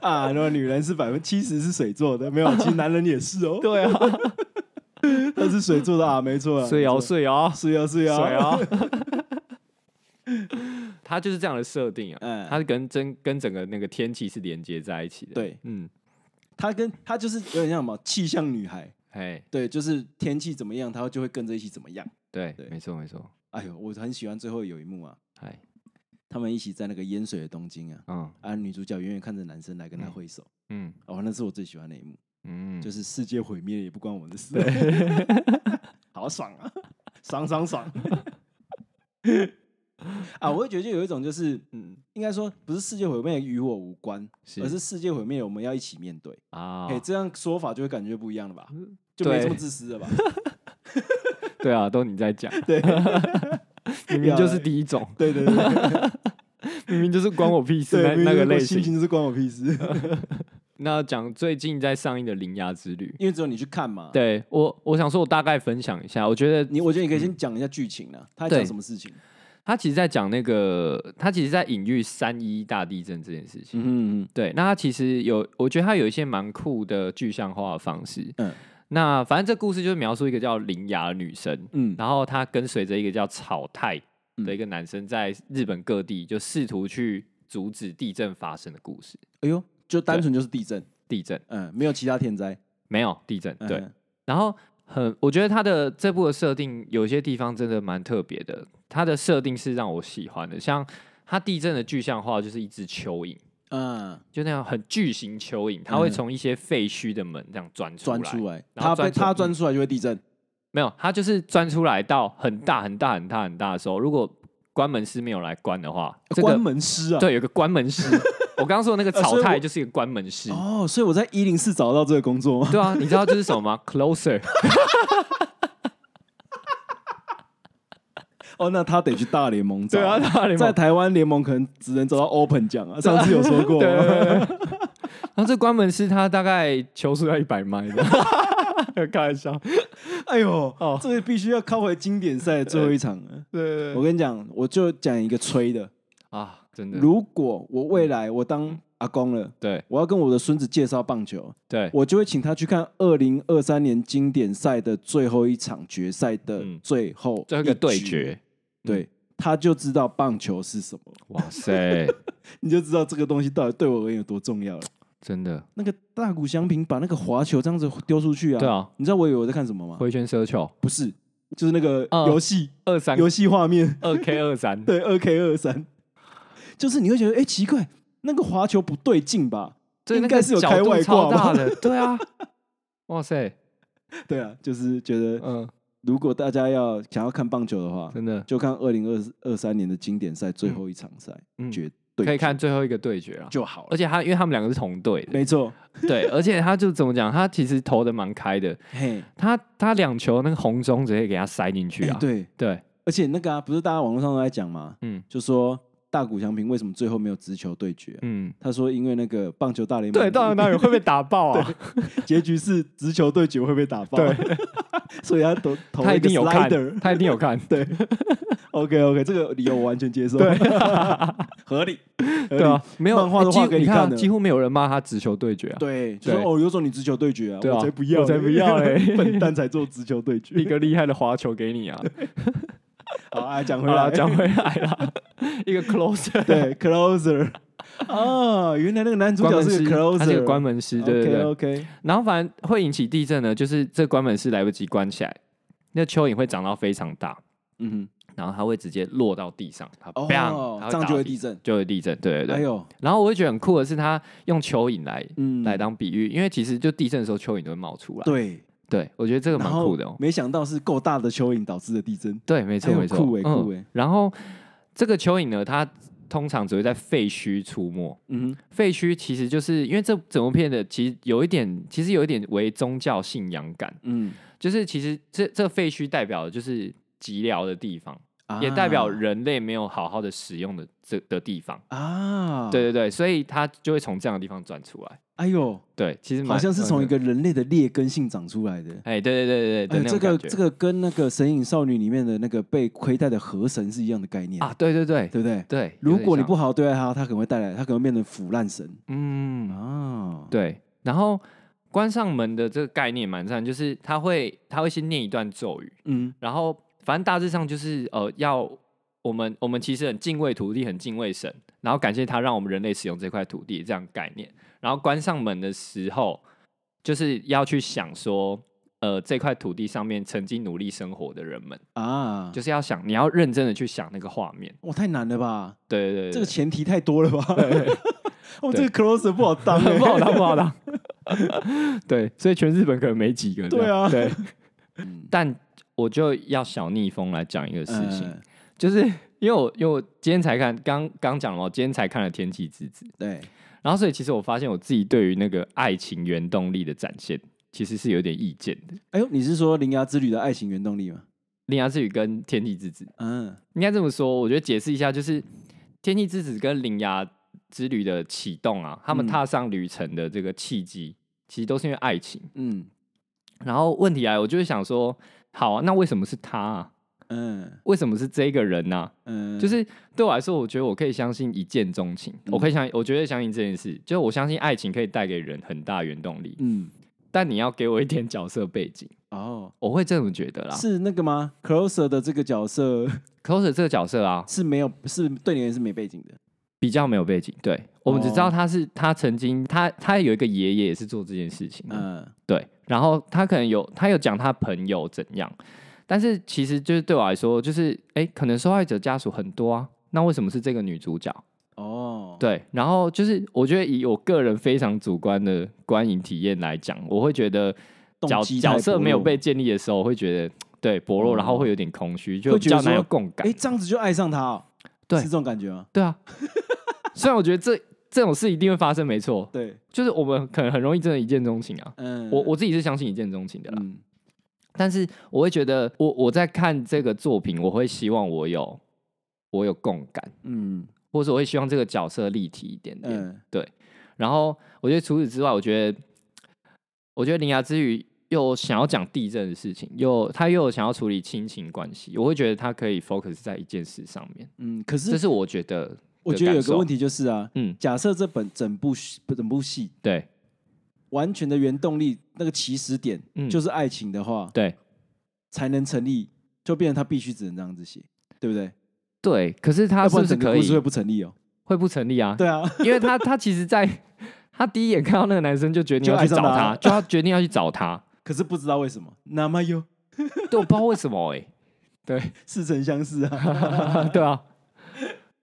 S2: 啊，那么女人是百分之七十是水做的，没有，其实男人也是哦，
S3: 对啊，
S2: 他是水做的啊，没错啊，
S3: [laughs] 水摇
S2: 没错
S3: 水摇
S2: 水摇水
S3: 水
S2: 摇， [laughs]
S3: 摇， [laughs] 她就是这样的设定啊，
S2: 嗯
S3: 她是跟真跟整个那个天气是连接在一起的，
S2: 对
S3: 嗯，
S2: 她跟她就是有点像什么气象女孩，
S3: 哎，
S2: 对，就是天气怎么样，她就会跟着一起怎么样。
S3: 对，
S2: 对
S3: 没错没错，
S2: 哎呦，我很喜欢最后有一幕啊，
S3: 哎，
S2: 他们一起在那个淹水的东京啊，
S3: 嗯
S2: 啊，女主角远远看着男生来跟他挥手，
S3: 嗯
S2: 哦，那是我最喜欢的一幕，
S3: 嗯，
S2: 就是是世界毁灭也不关我们的事，
S3: [laughs]
S2: [laughs] 好爽啊，爽爽爽！啊，我会觉得就有一种就是，
S3: 嗯
S2: 应该说不是世界毁灭与我无关，
S3: 是
S2: 而是世界毁灭我们要一起面对。
S3: 啊
S2: 哎、，这样说法就会感觉不一样了吧？就没
S3: 嗯对
S2: 这么自私
S3: [laughs]
S2: 了吧？ [laughs]
S3: 对啊，都你在讲，
S2: 对，
S3: 明明就是
S2: 要
S3: 第一种，
S2: 对对对，
S3: 明明就是关我屁事
S2: 对
S3: 那
S2: 明明
S3: 那个
S2: 我
S3: 类
S2: 心
S3: 型。
S2: 情是关我屁事，
S3: 那讲最近在上映的《铃芽之
S2: [laughs]
S3: 旅》
S2: [laughs] 因为只有你去看嘛。，
S3: 对我，我想说，我大概分享一下。我觉得
S2: 你我觉得你可以先讲一下剧情啊，他在
S3: 对
S2: 讲什么事情？
S3: 他其实在讲那个，他其实在隐喻三一大地震这件事情。
S2: 嗯嗯
S3: 对，那他其实有，我觉得他有一些蛮酷的具象化的方式。
S2: 嗯
S3: 那反正这故事就是描述一个叫铃芽的女生，
S2: 嗯
S3: 然后她跟随着一个叫草太的一个男生，在日本各地就试图去阻止地震发生的故事。
S2: 哎呦，就单纯就是地震，
S3: 地震
S2: 嗯，没有其他天灾，
S3: 没有地震，
S2: 嗯
S3: 对，，然后很，我觉得它的这部的设定有些地方真的蛮特别的，它的设定是让我喜欢的，像它地震的具象化就是一只蚯蚓，
S2: 嗯，
S3: 就那样很巨型蚯蚓，它
S2: 嗯
S3: 会从一些废墟的门这样钻出来，
S2: 钻出来，
S3: 然后
S2: 它被
S3: 钻出
S2: 它钻出来就会地震，
S3: 没有，它就是钻出来到很大很大很大很大的时候，如果关门师没有来关的话，这个
S2: 关门师啊，，
S3: 对有个关门师，我刚刚说的那个
S2: 呃所
S3: 炒
S2: 以
S3: 菜
S2: 我
S3: 就是一个关门师。
S2: 哦，所以我在一零四找到这个工
S3: [laughs]
S2: 作吗？
S3: 对啊，你知道这是什么吗？Closer，
S2: [laughs] 哦，那他得去大联盟找，
S3: 对啊，大联盟
S2: 在台湾联盟可能只能找到 Open 奖啊，上次有说过，
S3: 对 [laughs] 对对对然后这关门是他大概球速要一百
S2: [laughs]
S3: 迈的，开玩笑。
S2: 哎呦，
S3: 哦
S2: 这个必须要靠回经典赛的最后一场了。
S3: 对对
S2: 我跟你讲，我就讲一个吹的，
S3: 啊，真的。
S2: 如果我未来
S3: 嗯
S2: 我当阿公了，
S3: 对
S2: 我要跟我的孙子介绍棒球，
S3: 对，
S2: 我就会请他去看二零二三年经典赛的最后一场决赛的
S3: 嗯
S2: 最后
S3: 最后一个对决，嗯
S2: 对，他就知道棒球是什么，
S3: 哇
S2: [laughs]
S3: 塞，
S2: 你就知道这个东西到底对我而言有多重要了。
S3: 真的。
S2: 那个大谷翔平把那个滑球这样子丢出去啊，
S3: 对啊，
S2: 你知道我以为我在看什么吗？
S3: 回旋射球，
S2: 不是，就是那个
S3: 嗯
S2: 游戏
S3: 二三嗯
S2: 游戏画面，
S3: 二 K
S2: [laughs]
S3: 二三，
S2: 对，二 K 二三，就是你会觉得，哎、奇怪，那个滑球不对劲吧？
S3: 这
S2: 应该是有
S3: 角
S2: 开
S3: 度
S2: 外
S3: 超
S2: 挂吧
S3: 大的，对啊。哇塞，
S2: [laughs] 对啊啊，就是觉得，
S3: 嗯，
S2: 如果大家要想要看棒球的话，
S3: 真的，
S2: 就看二零二二三年的经典赛最后一场赛，
S3: 嗯，
S2: 绝对
S3: 可以看最后一个对决啊。
S2: 就好了
S3: 而。且他，因为他们两个是同队的，
S2: 没错，
S3: 对，而且他就怎么讲，他其实投的蛮开的，
S2: 嘿，
S3: 他他两球那个红中直接给他塞进去
S2: 哎
S3: 啊，
S2: 对，
S3: 对，
S2: 而且那个啊，不是大家网络上都在讲吗？
S3: 嗯
S2: 就说大谷翔平为什么最后没有直球对决啊、
S3: 嗯，
S2: 他说：“因为那个棒球大联盟，
S3: 对，大人大人会被打爆啊！
S2: [laughs] 结局是直球对决会被打爆，
S3: 对，
S2: [laughs] 所以他投投
S3: [laughs] 他
S2: 了
S3: 一
S2: 个
S3: 定有看
S2: slider，，
S3: [laughs] 他一定有
S2: [laughs]
S3: 看。
S2: 对，OK OK，这个理由我完全接受，
S3: 对
S2: [laughs] 合理，合
S3: 对
S2: 理
S3: 啊，，没有
S2: 漫画都
S3: 欸几乎
S2: 画给你
S3: 你看
S2: 看
S3: 啊，
S2: 了
S3: 几乎没有人骂他直球对决啊。
S2: 对，就说
S3: 对
S2: 哦，有种你直球对决啊，
S3: 对啊
S2: 我才不要嘞，
S3: 我才不要
S2: [laughs]
S3: 嘞
S2: 笨蛋才做直球对
S3: [laughs] 一
S2: 决。
S3: 个厉害的滑球给你啊！
S2: 好啊，讲
S3: 好
S2: [laughs] 回
S3: 啦，
S2: 来，
S3: 讲回来啦， [laughs] 一个 closer，
S2: 对 closer [laughs] 啊，原来那个男主
S3: 关
S2: 角
S3: 门师
S2: 个，
S3: 他是
S2: closer，
S3: 个关门师，对对
S2: OK
S3: 对。
S2: OK，
S3: 然后反正会引起地震呢，就是这关门师来不及关起来，那蚯蚓会长到非常大，
S2: 嗯
S3: 然后它会直接落到地上，它
S2: 哼，
S3: 砰，它
S2: 哦，这样就
S3: 打
S2: 会
S3: 到
S2: 地震，
S3: 就会地震，对对
S2: 哎
S3: 对。
S2: 呦，
S3: 然后我会觉得很酷的是，他用蚯蚓来
S2: 嗯
S3: 来当比喻，因为其实就地震的时候蚯蚓都会冒出来。
S2: 对，
S3: 对，我觉得这个蛮
S2: 然
S3: 酷
S2: 后
S3: 的哦。
S2: 没想到是够大的蚯蚓导致的地震，
S3: 对，没错
S2: 哎呦
S3: 没错，嗯
S2: 酷欸酷欸
S3: 然后这个蚯蚓呢，它通常只会在废墟出没。
S2: 嗯哼，
S3: 废墟其实就是因为这整部片的其实有一点，其实有一点为宗教信仰感，
S2: 嗯，
S3: 就是其实这这废墟代表的就是寂寥的地方，
S2: 啊
S3: 也代表人类没有好好的使用的这的地方。
S2: 啊，
S3: 对，对对，所以它就会从这样的地方转出来。
S2: 哎呦，
S3: 对，其实蛮
S2: 好像是从一
S3: 嗯
S2: 个人类的劣根性长出来的。
S3: 哎，对对对对
S2: 哎
S3: 对，的那
S2: 这
S3: 种
S2: 个
S3: 感觉
S2: 这个跟那个《神隐少女》里面的那个被亏待的河神是一样的概念
S3: 啊，，对对对
S2: 对不对？
S3: 对，有
S2: 如
S3: 点
S2: 果你
S3: 像
S2: 不好好对待他，他可能会带来，他可能会变成腐烂神
S3: 嗯，
S2: 啊。
S3: 对。然后关上门的这个概念蛮赞，就是他会他会先念一段咒语，
S2: 嗯
S3: 然后反正大致上就是呃要我们我们其实很敬畏土地，很敬畏神，然后感谢他让我们人类使用这块土地这样概念。然后关上门的时候，就是要去想说。呃，这块土地上面曾经努力生活的人们，
S2: 啊，
S3: 就是要想，你要认真的去想那个画面。
S2: 哇，太难了吧？
S3: 对对对
S2: 这
S3: 对
S2: 个前提太多了吧？我们
S3: 对
S2: 这个 closer 不好当欸，
S3: [laughs] 不好当，不
S2: [laughs]
S3: 好当。对，所以全日本可能没几个这样。
S2: 对啊
S3: 对，
S2: 嗯
S3: 但我就要小逆风来讲一个事情，
S2: 呃
S3: 就是因为我因为我今天才看，刚刚讲了嘛，我今天才看了《天气之子》，
S2: 对，
S3: 然后所以其实我发现我自己对于那个爱情原动力的展现，其实是有点意见的。《
S2: 哎呦，你是说《铃芽之旅》的爱情原动力吗？
S3: 铃芽之旅》跟《天气之子》，
S2: 嗯，
S3: 应该这么说，我觉得解释一下，就是《天气之子》跟《铃芽之旅》的启动啊，他们
S2: 嗯
S3: 踏上旅程的这个契机，其实都是因为爱情。
S2: 嗯
S3: 然后问题来了，我就是想说，好、啊，那为什么是他、啊？
S2: 嗯
S3: 为什么是这个人呢、
S2: 嗯，
S3: 就是对我来说，我觉得我可以相信一见钟情，
S2: 嗯
S3: 我可以相，我觉得相信这件事，就是我相信爱情可以带给人很大原动力。
S2: 嗯
S3: 但你要给我一点角色背景，
S2: 哦，
S3: 我我会这么觉得啦。
S2: 是那个吗？Closer 的这个角色 [laughs]
S3: Closer 这个角色啊，
S2: 是没有，是对你而言是没背景的。
S3: 比较没有背景，对我们只知
S2: 哦
S3: 道他是他曾经他他有一个爷爷也是做这件事情的，
S2: 嗯，
S3: 对，然后他可能有他有讲他朋友怎样，但是其实就是对我来说，就是哎，可能受害者家属很多啊，那为什么是这个女主角？
S2: 哦，
S3: 对，然后就是我觉得以我个人非常主观的观影体验来讲，我会觉得
S2: 动
S3: 角
S2: 机太
S3: 角色
S2: 薄
S3: 没有
S2: 弱嗯
S3: 被建立的时候，我会觉得对薄弱，然后会有点空虚，就
S2: 会
S3: 比
S2: 觉得
S3: 较难有
S2: 说
S3: 共感
S2: 哎，。这样子就爱上他哦，
S3: 对
S2: 是这种感觉吗？
S3: 对啊， [laughs] 虽然我觉得这这种事一定会发生，没错，
S2: 对，
S3: 就是我们可能很容易真的一见钟情啊。
S2: 嗯，
S3: 我我自己是相信一见钟情的啦，
S2: 嗯
S3: 但是我会觉得我我在看这个作品，我会希望我有我有共感，
S2: 嗯
S3: 或者是我会希望这个角色立体一点点。
S2: 嗯，
S3: 然后我觉得除此之外，我觉得我觉得《铃芽之旅》又想要讲地震的事情，又他又想要处理亲情关系，我会觉得他可以 focus 在一件事上面，
S2: 嗯，可
S3: 这
S2: 是
S3: 是我觉得
S2: 我觉得有
S3: 感
S2: 个
S3: 受
S2: 问题就是啊，
S3: 嗯
S2: 假设这本整部戏整部戏
S3: 对
S2: 完全的原动力那个起始点
S3: 嗯
S2: 就是爱情的话，
S3: 对
S2: 才能成立，就变成他必须只能这样子写，对不对？
S3: 对，可是他
S2: 要不
S3: 是不
S2: 然
S3: 是
S2: 整个
S3: 可以
S2: 故事会不成立哦。 [laughs]
S3: 会不成立啊？
S2: 对啊，
S3: 因为他他其实在， [laughs] 他第一眼看到那个男生就决定
S2: 就
S3: 要去
S2: 爱上
S3: 找
S2: 他 [laughs]
S3: 他，就要决定要去找他。
S2: 可是不知道为什么，那么有
S3: 对，我不知道为什么哎、
S2: [laughs] 似曾相识
S3: [laughs]
S2: 啊。
S3: 欸，对啊，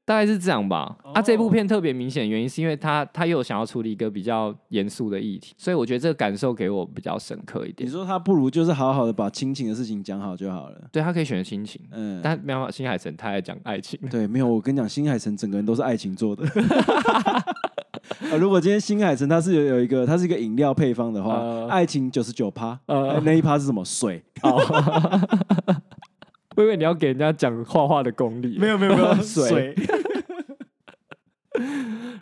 S3: 大概是这样吧。啊，这
S2: 哦
S3: 部片特别明显的原因是因为他他又想要处理一个比较严肃的议题，所以我觉得这个感受给我比较深刻一
S2: 你
S3: 点。
S2: 说他不如就是好好的把亲情的事情讲好就好了。
S3: 对他可以选择亲情，
S2: 嗯，
S3: 但没办法，新海诚太爱讲爱情了。
S2: 对，没有，我跟你讲，新海诚整个人都是爱情做的。 [laughs] 呃、如果今天新海诚他是有有一个，他是一个饮料配方的话，
S3: 呃
S2: 爱情九十九趴，
S3: 呃
S2: 呃那一趴是什么？水？
S3: [laughs] 我以为你要给人家讲画画的功力，
S2: 哦有没有没 [laughs]
S3: 水。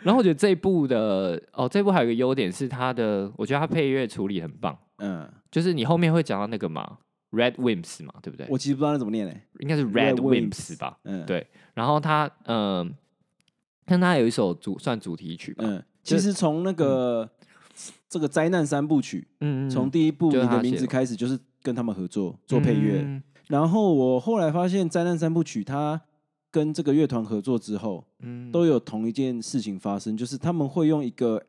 S3: 然后我觉得这一部的哦，这一部还有一个优点是它的，我觉得它配乐处理很棒。
S2: 嗯，
S3: 就是你后面会讲到那个嘛，Red Wimps 嘛，对不对？
S2: 我其实不知道那怎么念嘞、
S3: 应该是
S2: Red
S3: Red Wimps 吧。
S2: 嗯，
S3: 对然后他，嗯、看他有一首主算主题曲吧，
S2: 嗯，其实从那个、这个灾难三部曲，
S3: 嗯，
S2: 从第一部《
S3: 就是
S2: 你
S3: 他
S2: 的名
S3: 写
S2: 字
S3: 的》
S2: 开始，就是跟他们合作做配乐。
S3: 嗯
S2: 然后我后来发现，《灾难三部曲》它跟这个乐团合作之后，
S3: 嗯
S2: 都有同一件事情发生，就是他们会用一个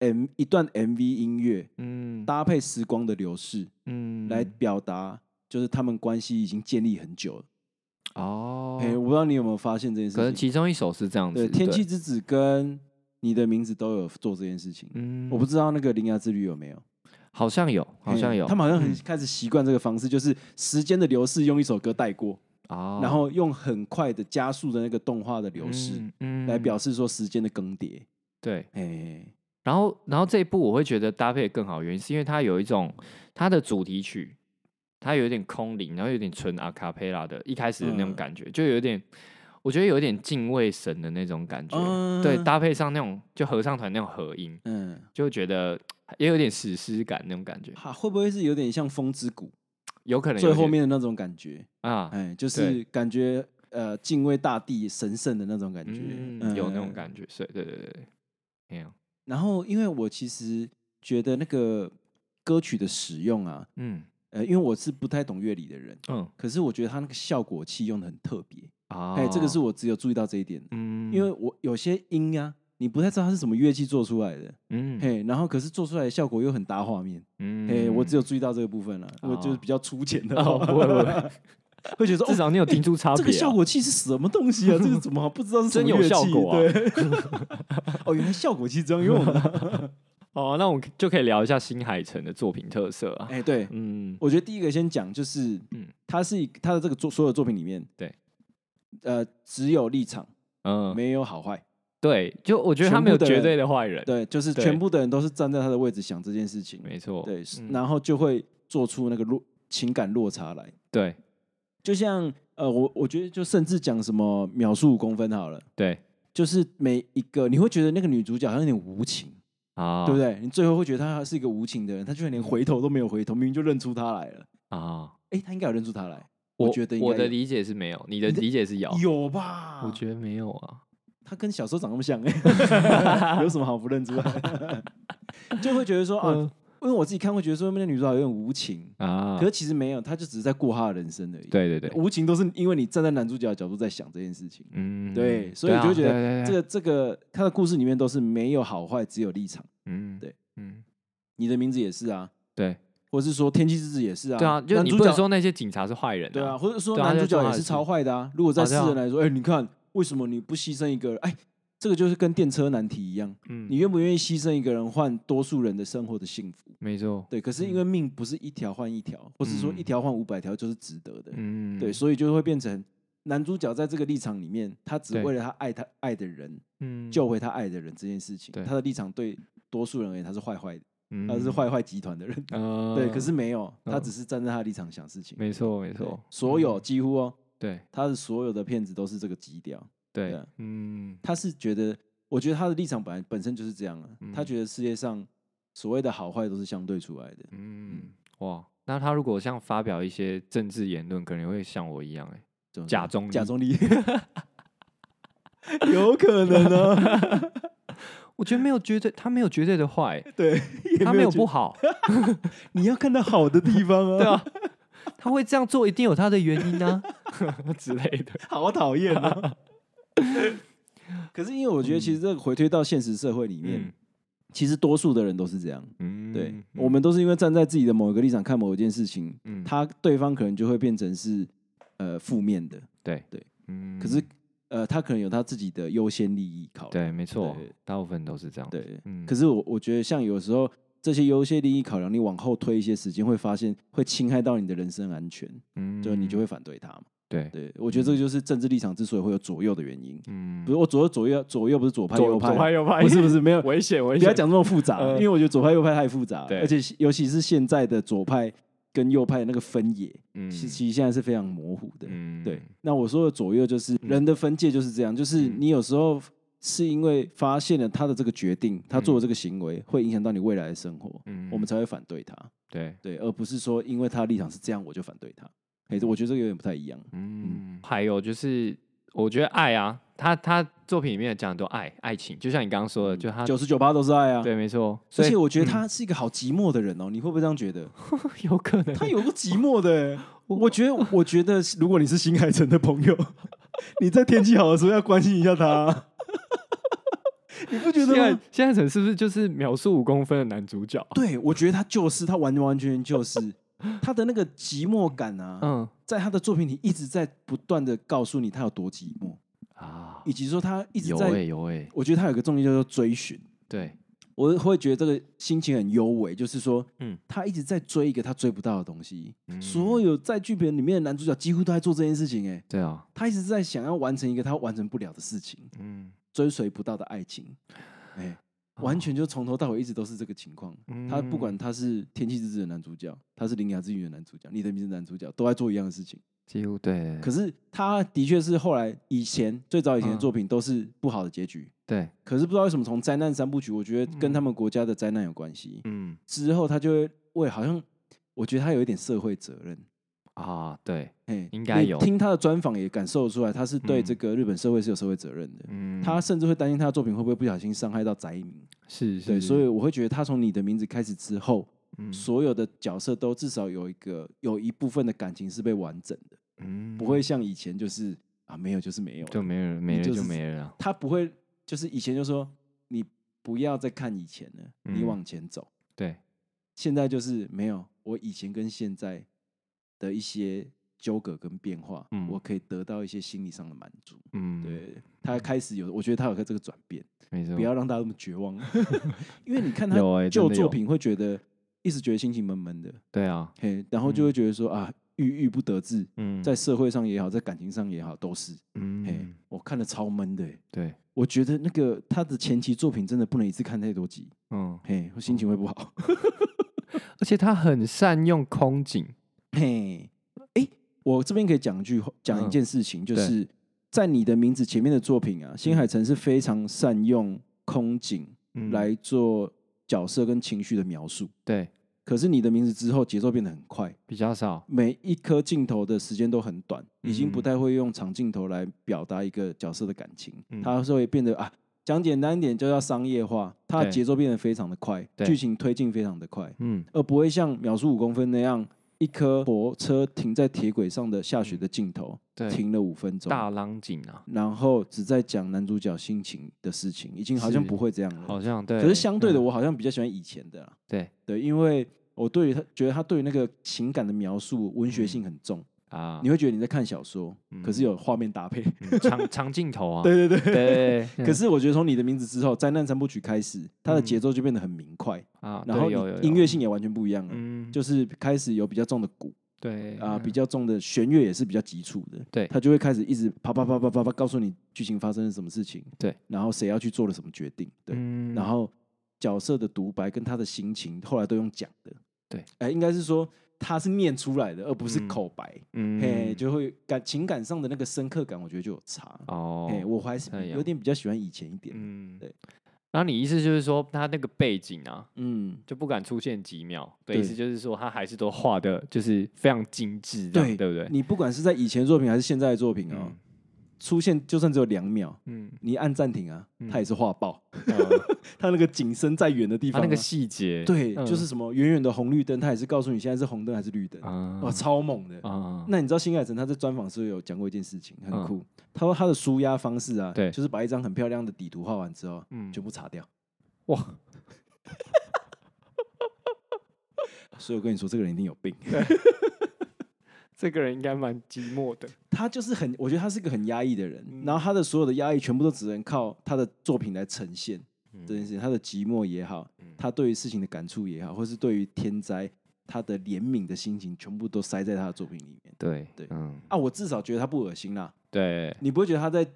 S2: M 一段 MV 音乐
S3: 嗯
S2: 搭配时光的流逝
S3: 嗯
S2: 来表达，就是他们关系已经建立很久了。
S3: 哦
S2: 哎、，我不知道你有没有发现这件
S3: 可能
S2: 事情？
S3: 其中一首是这样子，
S2: 对，《天气，之子》跟你的名字都有做这件事情。
S3: 嗯
S2: 我不知道那个《铃芽之旅》有没有，
S3: 好像有，好像
S2: 嘿
S3: 有，
S2: 他们好像很
S3: 嗯
S2: 开始习惯这个方式，就是时间的流逝用一首歌带过，
S3: 哦，
S2: 然后用很快的加速的那个动画的流逝
S3: 嗯嗯
S2: 来表示说时间的更迭。
S3: 对。
S2: 哎，
S3: 然后，然后这一部我会觉得搭配得更好，原因是因为它有一种它的主题曲，它有一点空灵，然后有点纯阿卡贝拉的，一开始的那种
S2: 嗯
S3: 感觉，就有点，我觉得有点敬畏神的那种感觉。
S2: 嗯
S3: 对，搭配上那种就合唱团那种合音，
S2: 嗯，
S3: 就觉得也有点史诗感那种感觉，
S2: 哈，会不会是有点像《风之谷
S3: 有可》能
S2: 最
S3: 有
S2: 后
S3: 点
S2: 面的那种感觉？
S3: 啊，
S2: 哎，就是感觉呃敬畏大地神圣的那种感觉，
S3: 嗯，有那种
S2: 觉。
S3: 感觉，所以对对对对，那样，
S2: 然后，因为我其实觉得那个歌曲的使用啊，
S3: 嗯
S2: 呃，因为我是不太懂乐理的人，
S3: 嗯
S2: 可是我觉得他那个效果器用的很特别，
S3: 啊，
S2: 哎，这个是我只有注意到这一点，
S3: 嗯，
S2: 因为我有些音啊，你不太知道它是什么乐器做出来的，
S3: 嗯
S2: 嘿，然后可是做出来的效果又很搭画面，
S3: 嗯
S2: 哎，我只有注意到这个部分了，我就是
S3: 哦
S2: 比较粗浅的
S3: 哦
S2: 话，
S3: 不会不会
S2: [laughs] 会觉得说
S3: 至
S2: 哦，
S3: 少你有听出差别啊，
S2: 这个效果器是什么东 [laughs] 西啊？这个怎么不知道是什么
S3: 真有
S2: 乐器
S3: 效果啊
S2: 对， [laughs] 哦，原来效果器这样用啊的。
S3: 哦，那我们就可以聊一下新海诚的作品特色啊。
S2: [laughs] 哎、对，
S3: 嗯
S2: 我觉得第一个先讲就是，
S3: 嗯
S2: 嗯，他是一他的这个作所有作品里面，
S3: 对，
S2: 呃，只有立场，
S3: 嗯，
S2: 没有好坏，
S3: 对，就我觉得他
S2: 全部
S3: 没有
S2: 的
S3: 绝
S2: 人
S3: 对的坏人，
S2: 对，就是
S3: 对
S2: 全部的人都是站在他的位置想这件事情，
S3: 没错，
S2: 对，
S3: 嗯
S2: 然后就会做出那个落情感落差来，
S3: 对
S2: 就像呃，我我觉得就甚至讲什么秒数五公分好了。
S3: 对
S2: 就是每一个，你会觉得那个女主角好像有点无情，
S3: 啊，
S2: 对不对？你最后会觉得她是一个无情的人，她居然连回头都没有回头，明明就认出她来了。
S3: 啊？
S2: 哎，她应该有认出她来，
S3: 我
S2: 觉得应
S3: 我
S2: 该
S3: 的
S2: 有
S3: 理解是没有，你的
S2: 你的
S3: 理解是有，
S2: 有吧？
S3: 我觉得没有啊。
S2: 她跟 [laughs]
S3: [laughs]
S2: 小时候长那么像、欸，有什么好不认出来？就会觉得说啊，
S3: 嗯
S2: 因为我自己看会觉得说那女主角有点无情，
S3: 啊
S2: 可，是其实没有，她就只是在过她的人生而已。，
S3: 对对对，
S2: 无情都是因为你站在男主角的角度在想这件事情。
S3: 嗯，
S2: 对，所以我
S3: 啊
S2: 就觉
S3: 对对
S2: 得
S3: 对
S2: 这个这个他的故事里面都是没有好坏，只有立场。
S3: 嗯，
S2: 对，
S3: 嗯，
S2: 你的名字也是啊，
S3: 对，
S2: 或者是说天气之子也是啊，
S3: 对啊，就
S2: 男
S3: 你
S2: 主
S3: 不能
S2: 角
S3: 说那些警察是坏人，
S2: 对啊，，或者说
S3: 对啊
S2: 男
S3: 他
S2: 主
S3: 就做
S2: 角也
S3: 他的
S2: 是
S3: 事
S2: 超坏的啊。如果在
S3: 啊
S2: 世
S3: 对啊
S2: 人来说，哎，你看为什么你不牺牲一个人？哎，这个就是跟电车难题一样，
S3: 嗯，
S2: 你愿不愿意牺牲一个人换多数人的生活的幸福？
S3: 没错，
S2: 对，可是因为命不是一条换一条，或是说一
S3: 嗯
S2: 条换五百条就是值得的。
S3: 嗯，
S2: 对，所以就会变成男主角在这个立场里面，他只
S3: 对
S2: 为了他爱他爱的人，
S3: 嗯，
S2: 救回他爱的人这件事情，
S3: 对
S2: 他的立场对多数人而言他是坏坏的，
S3: 嗯
S2: 他是，坏坏集团的人。
S3: 呃，
S2: 对，可是没有，他
S3: 嗯
S2: 只是站在他的立场想事情。
S3: 没错嗯没
S2: 对
S3: 错，
S2: 所有几乎哦，
S3: 对
S2: 他的所有的片子都是这个基调。对
S3: 对
S2: 啊，
S3: 嗯
S2: 他是觉得，我觉得他的立场本来本身就是这样啊，他
S3: 嗯
S2: 觉得世界上所谓的好坏都是相对出来的。
S3: 嗯，哇，那他如果像发表一些政治言论，可能会像我一样，哎，
S2: 怎么
S3: 假
S2: 说
S3: 中
S2: 假
S3: 立
S2: 中立，有可能啊，
S3: 我觉得没有绝对，他没有绝对的坏，
S2: [laughs] 对，也
S3: 他没有
S2: 觉
S3: 不好，
S2: [laughs] 你要看到好的地方啊，
S3: [laughs] 对啊，他会这样做一定有他的原因啊 [laughs] 之类
S2: [laughs]
S3: 的，
S2: 好讨厌
S3: [laughs]
S2: 啊。可是因为我觉得，其实这个回推到现实社会里面，
S3: 嗯
S2: 其实多数的人都是这样。
S3: 嗯，
S2: 对，
S3: 嗯
S2: 我们都是因为站在自己的某一个立场看某一件事情，
S3: 嗯
S2: 他对方可能就会变成是呃负面的，
S3: 对
S2: 对，
S3: 嗯
S2: 可是呃他可能有他自己的优先利益考量。
S3: 对，没错
S2: 对，
S3: 大部分都是这样，，
S2: 对，
S3: 嗯，
S2: 可是我我觉得像有时候这些优先利益考量，你往后推一些时间，会发现会侵害到你的人身安全，
S3: 嗯
S2: 就你就会反对他嘛。
S3: 对，
S2: 对，我觉得这个就是政治立场之所以会有左右的原因。
S3: 嗯
S2: 不是我左右左右左右不是左派右
S3: 左
S2: 派，啊
S3: 左派右派，
S2: 不是不是没有，
S3: [laughs] 危险危
S2: 不
S3: 险，
S2: 要讲这么复杂，
S3: 呃
S2: 因为我觉得左派右派太复杂，
S3: 对
S2: 而且是尤其是现在的左派跟右派的那个分野，
S3: 嗯，
S2: 其其实现在是非常模糊的。
S3: 嗯
S2: 对，那我说的左右就是
S3: 嗯
S2: 人的分界就是这样，就是
S3: 嗯
S2: 你有时候是因为发现了他的这个决定，他做的这个行为会影响到你未来的生活，
S3: 嗯
S2: 我们才会反对他，
S3: 对，
S2: 对，而不是说因为他的立场是这样我就反对他。哎，我觉得这个有点不太一样。
S3: 嗯，还有就是，我觉得爱啊，他他作品里面讲的都爱爱情，就像你刚刚说的，就嗯他
S2: 九十九八嗯都是爱啊，
S3: 对，没错，
S2: 而
S3: 所以嗯
S2: 且我觉得他是一个好寂寞的人哦，你会不会这样觉得？
S3: [laughs] 有可能
S2: 他有个
S3: [laughs]
S2: 寂寞的欸、我觉得，我觉得如果你是新海诚的朋友， [laughs] 你在天气好的时候要关心一下他啊，你不觉
S3: 现
S2: 得啊
S3: 在
S2: 吗？
S3: 现在城是不是就是秒速五公分的男主角？
S2: 对，我觉得他就是他，完完全全就是他的那个寂寞感啊，
S3: 嗯
S2: 在他的作品里一直在不断的告诉你他有多寂寞，
S3: 啊，
S2: 以及说他一直
S3: 有
S2: 在。
S3: 哎有哎，
S2: 我觉得他有一个重点叫做追寻，
S3: 对，
S2: 我会觉得这个心情很优美，就是说，嗯
S3: 嗯，
S2: 他一直在追一个他追不到的东西。
S3: 嗯
S2: 所有在剧本里面的男主角几乎都在做这件事情、欸，哎，
S3: 对啊，
S2: 他一直在想要完成一个他完成不了的事情，
S3: 嗯
S2: 追随不到的爱情，哎、
S3: 哦
S2: 完全就从头到尾一直都是这个情况。
S3: 嗯
S2: 他不管他是《天气之子》的男主角，他是《铃芽之旅》的男主角，《你的名字》的男主角，都在做一样的事情。
S3: 几乎对，
S2: 可是他的确是后来以前最早以前的
S3: 嗯
S2: 作品都是不好的结局。
S3: 对，
S2: 可是不知道为什么，从灾难三部曲，我觉得跟他们国家的灾难有关系。
S3: 嗯
S2: 之后他就会为好像，我觉得他有一点社会责任，
S3: 啊对，
S2: 哎，
S3: 应该
S2: 你
S3: 有
S2: 听他的专访也感受得出来，他是对
S3: 嗯
S2: 这个日本社会是有社会责任的。
S3: 嗯，
S2: 他甚至会担心他的作品会不会不小心伤害到宅民。
S3: 是
S2: 对，
S3: 是，
S2: 所以我会觉得他从你的名字开始之后，
S3: 嗯
S2: 所有的角色都至少有一个有一部分的感情是被完整的，
S3: 嗯
S2: 不会像以前就是啊没有就是没有了。
S3: 就没人没
S2: 你
S3: 人
S2: 就
S3: 就是没人了，
S2: 他不会就是以前就说你不要再看以前了，你
S3: 嗯
S2: 往前走。
S3: 对，
S2: 现在就是没有我以前跟现在的一些纠葛跟变化，
S3: 嗯
S2: 我可以得到一些心理上的满足。
S3: 嗯，
S2: 对他开始有，我觉得他有个这个转变。
S3: 没错，
S2: 不要让大家那么绝
S3: [laughs]
S2: 望，因为你看他
S3: 有欸真
S2: 旧
S3: 的
S2: 作
S3: 有
S2: 品会觉得一直觉得心情闷闷的，
S3: 对啊，
S2: 嘿，然后就会觉得说啊，郁郁不得志，
S3: 嗯，
S2: 在社会上也好，在感情上也好，都是，嘿
S3: 嗯，
S2: 我看的超闷的欸，
S3: 对，
S2: 我觉得那个他的前期作品真的不能一次看太多集，
S3: 嗯，
S2: 嘿，我心情会不
S3: 哦
S2: 好，
S3: 而且他很善用空景，
S2: 嘿，哎，我这边可以讲一句话，讲一
S3: 嗯
S2: 件事情，就
S3: 对
S2: 是在你的名字前面的作品啊，新海诚是非常善用空景
S3: 嗯
S2: 来做角色跟情绪的描述。
S3: 对
S2: 可是你的名字之后节奏变得很快，
S3: 比较少，
S2: 每一颗镜头的时间都很短，已经不
S3: 嗯
S2: 太会用长镜头来表达一个角色的感情，
S3: 嗯
S2: 它是会变得啊，讲简单一点，就叫商业化，它的
S3: 对
S2: 节奏变得非常的快，
S3: 对
S2: 剧情推进非常的快，
S3: 嗯，
S2: 而不会像秒速五公分那样，一颗火车停在铁轨上的下雪的镜头，
S3: 对，
S2: 停了五分钟，
S3: 大浪景啊，
S2: 然后只在讲男主角心情的事情，已经好像
S3: 是
S2: 不会这样了。
S3: 好像对。
S2: 可是相对的，
S3: 嗯
S2: 我好像比较喜欢以前的啦。啊
S3: 对
S2: 对，因为我对于他觉得他对于那个情感的描述文学
S3: 嗯
S2: 性很重，
S3: 啊，
S2: 你会觉得你在看小说，可是有画面搭配。
S3: 嗯长长镜头啊，
S2: 对对对。
S3: 对对 [laughs] 对，
S2: 可
S3: 是
S2: 是我觉得从你的名字之后，《灾难三部曲》开始，它的节奏就变得很明快，
S3: 啊，
S2: 然
S3: 对
S2: 后
S3: 有有
S2: 你音乐，性也完全不一样
S3: 有
S2: 了，
S3: 嗯，
S2: 就是开始有比较重的鼓
S3: 对
S2: 啊，比
S3: 嗯
S2: 较重的弦乐也是比较急促的，
S3: 对
S2: 它就会开始一直啪啪啪啪啪啪告诉你剧情发生了什么事情，
S3: 对，
S2: 然后谁要去做了什么决定，对，
S3: 嗯
S2: 然后角色的独白跟他的心情，后来都用讲的。
S3: 对，
S2: 哎，应该是说他是念出来的，而不是口白，
S3: 嗯
S2: 嘿，就会感情感上的那个深刻感，我觉得就有差。
S3: 哦，
S2: 哎，我还是
S3: 这样
S2: 有点比较喜欢以前一点。
S3: 嗯
S2: 对。
S3: 然后你意思就是说，他那个背景啊，
S2: 嗯，
S3: 就不敢出现几秒的
S2: 对
S3: 意思，就是说他还是都画的，就是非常精致这样，
S2: 对
S3: 对不对？
S2: 你不管是在以前作品还是现在的作品哦
S3: 嗯，
S2: 出现就算只有两秒， [laughs]
S3: 嗯，
S2: 你按暂停啊，
S3: 嗯
S2: 它也是画爆， [laughs]
S3: 呃
S2: 它那个景深在远的地
S3: 他
S2: 方啊，
S3: 那个细节，
S2: 啊对，
S3: 嗯
S2: 就是什么远远的红绿灯，它也是告诉你现在是红灯还是绿灯，
S3: 啊
S2: 哇，超猛的。
S3: 啊，
S2: 那你知道新海诚他在专访时候有讲过一件事情，很
S3: 嗯
S2: 酷。他说他的舒压方式啊，
S3: 对
S2: 就是把一张很漂亮的底图画完之后，
S3: 嗯
S2: 全部擦掉。
S3: 哇，
S2: 所以我跟你说，这个人一定有
S3: [laughs]
S2: 病。
S3: 这个人应该蛮寂寞的，
S2: 他就是很，我觉得他是个很压抑的人，
S3: 嗯
S2: 然后他的所有的压抑全部都只能靠他的作品来呈现
S3: 嗯
S2: 这件事情。他的寂寞也好，他对于事情的感触也好，或是对于天灾他的怜悯的心情，全部都塞在他的作品里面。
S3: 对
S2: 对
S3: 嗯，
S2: 啊，我至少觉得他不恶心啦，
S3: 对，
S2: 你不会觉得他在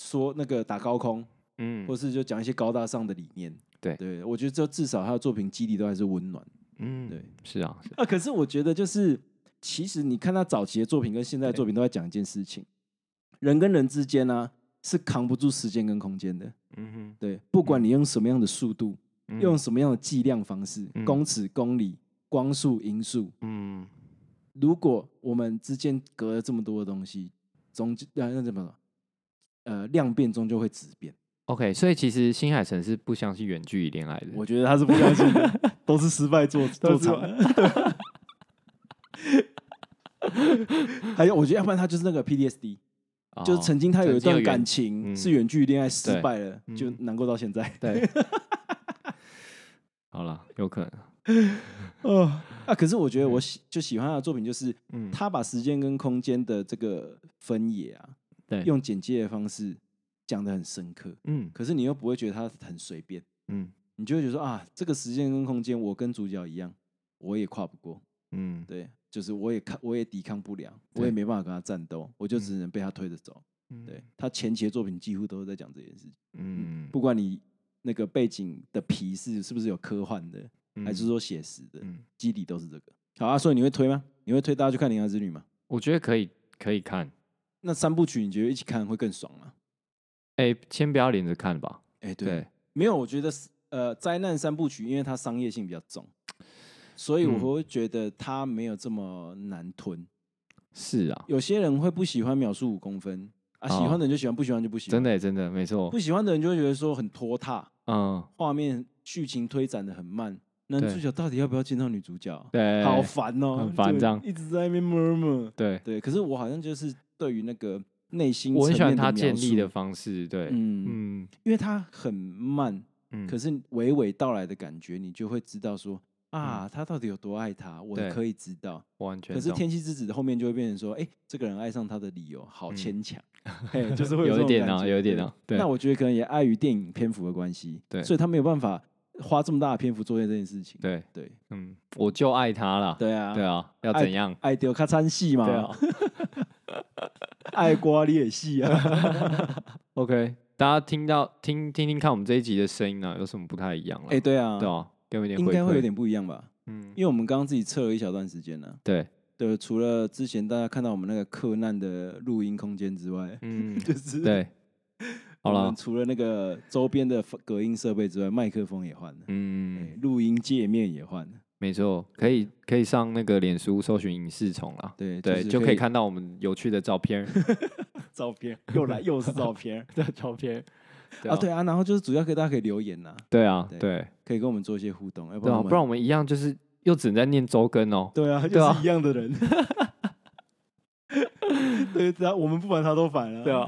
S2: 说那个打高空，
S3: 嗯
S2: 或是就讲一些高大上的理念。
S3: 对
S2: 对，我觉得这至少他的作品基底都还是温暖
S3: 嗯，
S2: 对，
S3: 是啊，是
S2: 啊。可是我觉得就是，其实你看他早期的作品跟现在的作品都在讲一件事情：人跟人之间呢、啊、是扛不住时间跟空间的。
S3: 嗯
S2: 对，不管你用什么样的速度，
S3: 哼，
S2: 用什么样的计量方式，
S3: 嗯
S2: 公尺、公里、光速、音速，
S3: 嗯
S2: 如果我们之间隔了这么多的东西，终究呃那怎么说？呃，量变终究会质变。
S3: ，OK，所以其实新海诚是不相信远距离恋爱的，
S2: 我觉得他是不相信
S3: [laughs]
S2: 的，都是失败做做
S3: 都是
S2: 场的。 [laughs] 还有，我觉得要不然他就是那个 PDSD，、
S3: 哦
S2: 就是曾经他有一
S3: 曾经
S2: 段
S3: 有
S2: 感
S3: 远
S2: 情
S3: 嗯
S2: 是远距离恋爱失
S3: 对
S2: 败了，就
S3: 嗯
S2: 难过到现在。
S3: 对， [laughs] 好了，有可能，
S2: 哦， [laughs] 啊，可是我觉得我喜就喜欢他的作品，就是
S3: 嗯，
S2: 他把时间跟空间的这个分野啊，
S3: 对，
S2: 用简介的方式讲的很深刻，
S3: 嗯
S2: 可是你又不会觉得他很随便，
S3: 嗯
S2: 你就会觉得说啊，这个时间跟空间，我跟主角一样，我也跨不过。
S3: 嗯，
S2: 对，就是我也看，我也抵抗不了，我
S3: 对
S2: 也没办法跟他战斗，我就只能被他推着走。
S3: 嗯
S2: 对，他前期的作品几乎都是在讲这件事情，
S3: 嗯，
S2: 不管你那个背景的皮是是不是有科幻的，还是
S3: 嗯
S2: 说写实的，
S3: 嗯
S2: 基底都是这个。好啊，所以你会推吗？你会推大家去看《铃芽之旅》吗？
S3: 我觉得可以可以看，
S2: 那三部曲你觉得一起看会更爽吗？
S3: 哎，先不要连着看吧，
S2: 哎、对，
S3: 对，
S2: 没有，我觉得是呃，灾难三部曲因为它商业性比较重，所以我
S3: 嗯
S2: 会觉得它没有这么难吞。
S3: 是啊，
S2: 有些人会不喜欢秒速五公分啊，喜
S3: 哦
S2: 欢的人就喜欢，不喜欢就不喜欢。
S3: 真的耶真的没错
S2: 不，喜欢的人就会觉得说很拖沓，
S3: 嗯，
S2: 画面剧情推展的很慢，男
S3: 对
S2: 主角到底要不要见到女主角？
S3: 对，
S2: 好烦哦、
S3: 很烦
S2: 对
S3: 这样
S2: 一直在那边 murmur。
S3: 对，
S2: 对，可是我好像就是对于那个内心，
S3: 我很喜欢他建立的，方式，对，
S2: 嗯，
S3: 嗯
S2: 因为它很慢，
S3: 嗯，
S2: 可
S3: 是
S2: 是娓娓道来的感觉，你就会知道说啊，他到底有多爱她，我
S3: 嗯对
S2: 可以知道。
S3: 完全
S2: 可是
S3: 懂
S2: 天气之子的后面就会变成说，哎、这个人爱上他的理由好
S3: 嗯
S2: 牵
S3: [laughs]
S2: 强，嘿，就是会
S3: 有
S2: 这
S3: 一
S2: 种
S3: 点
S2: 感
S3: 啊，
S2: 觉
S3: 有一点
S2: 对
S3: 啊，对，
S2: 那我觉得可能也碍于电影篇幅的关系，
S3: 对
S2: 所以他没有办法花这么大的篇幅做这件事情。
S3: 对，
S2: 对
S3: 嗯，我就爱他啦，
S2: 对啊，
S3: 对啊，要
S2: 爱
S3: 怎样？
S2: 爱丢咔嚓戏嘛，
S3: 对啊
S2: 爱瓜裂
S3: [laughs]
S2: 戏啊，
S3: ，OK，大家听到听听听看我们这一集的声音啊呢，有什么不太一样了？
S2: 哎，对啊，
S3: 对啊，给我一点
S2: 应
S3: 回
S2: 该会有
S3: 馈，
S2: 点不一样吧？
S3: 嗯
S2: 因，为我们刚刚自己测了一小段时间了，
S3: 对，
S2: 对，除了之前大家看到我们那个克难的录音空间之外，
S3: 嗯，
S2: [laughs] 就是
S3: 对，好
S2: 我
S3: 了
S2: 们，除了那个周边的隔音设备之外，麦克风也换了，哎
S3: 嗯，
S2: 录音界面也换了，
S3: 没错，可以可以上那个脸书搜寻影视虫啦，
S2: 对
S3: 对，
S2: 是
S3: 就可以看到我们有趣的照片， [laughs]
S2: 照片，又来又是照片。
S3: 的照片，
S2: [laughs]
S3: 对
S2: 啊，
S3: 啊
S2: 对啊，然后就是主要可以大家可以留言呐、
S3: 对啊，
S2: 对
S3: 对
S2: 可以跟我们做一些互动，要哎不
S3: 对
S2: 然
S3: 啊，
S2: 我
S3: 不
S2: 们
S3: 然我们一样就是又只能在念周
S2: [laughs]
S3: 更哦。
S2: 对啊，
S3: 对
S2: 就
S3: 啊
S2: 是一样的
S3: [laughs]
S2: 人，对，只要我们不烦他都烦了，
S3: 对啊，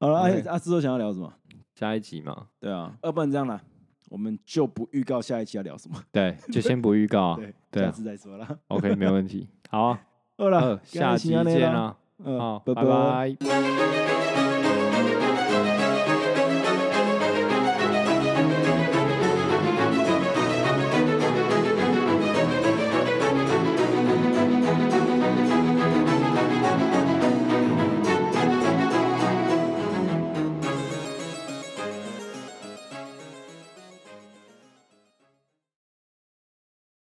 S2: 好了，
S3: OK
S2: 啊啊，之后想要聊什么？
S3: 下一集嘛，
S2: 对啊，要不然这样啦，我们就不预告下一期要聊什么，
S3: 对，就先不预告啊。
S2: [laughs] 对，
S3: 对啊
S2: 下次再说啦。
S3: OK，没问
S2: [laughs]
S3: 题。好啊，
S2: 好了
S3: 呃，下集见，啊！
S2: 嗯
S3: 好，，
S2: 拜
S3: 拜。拜。
S2: 拜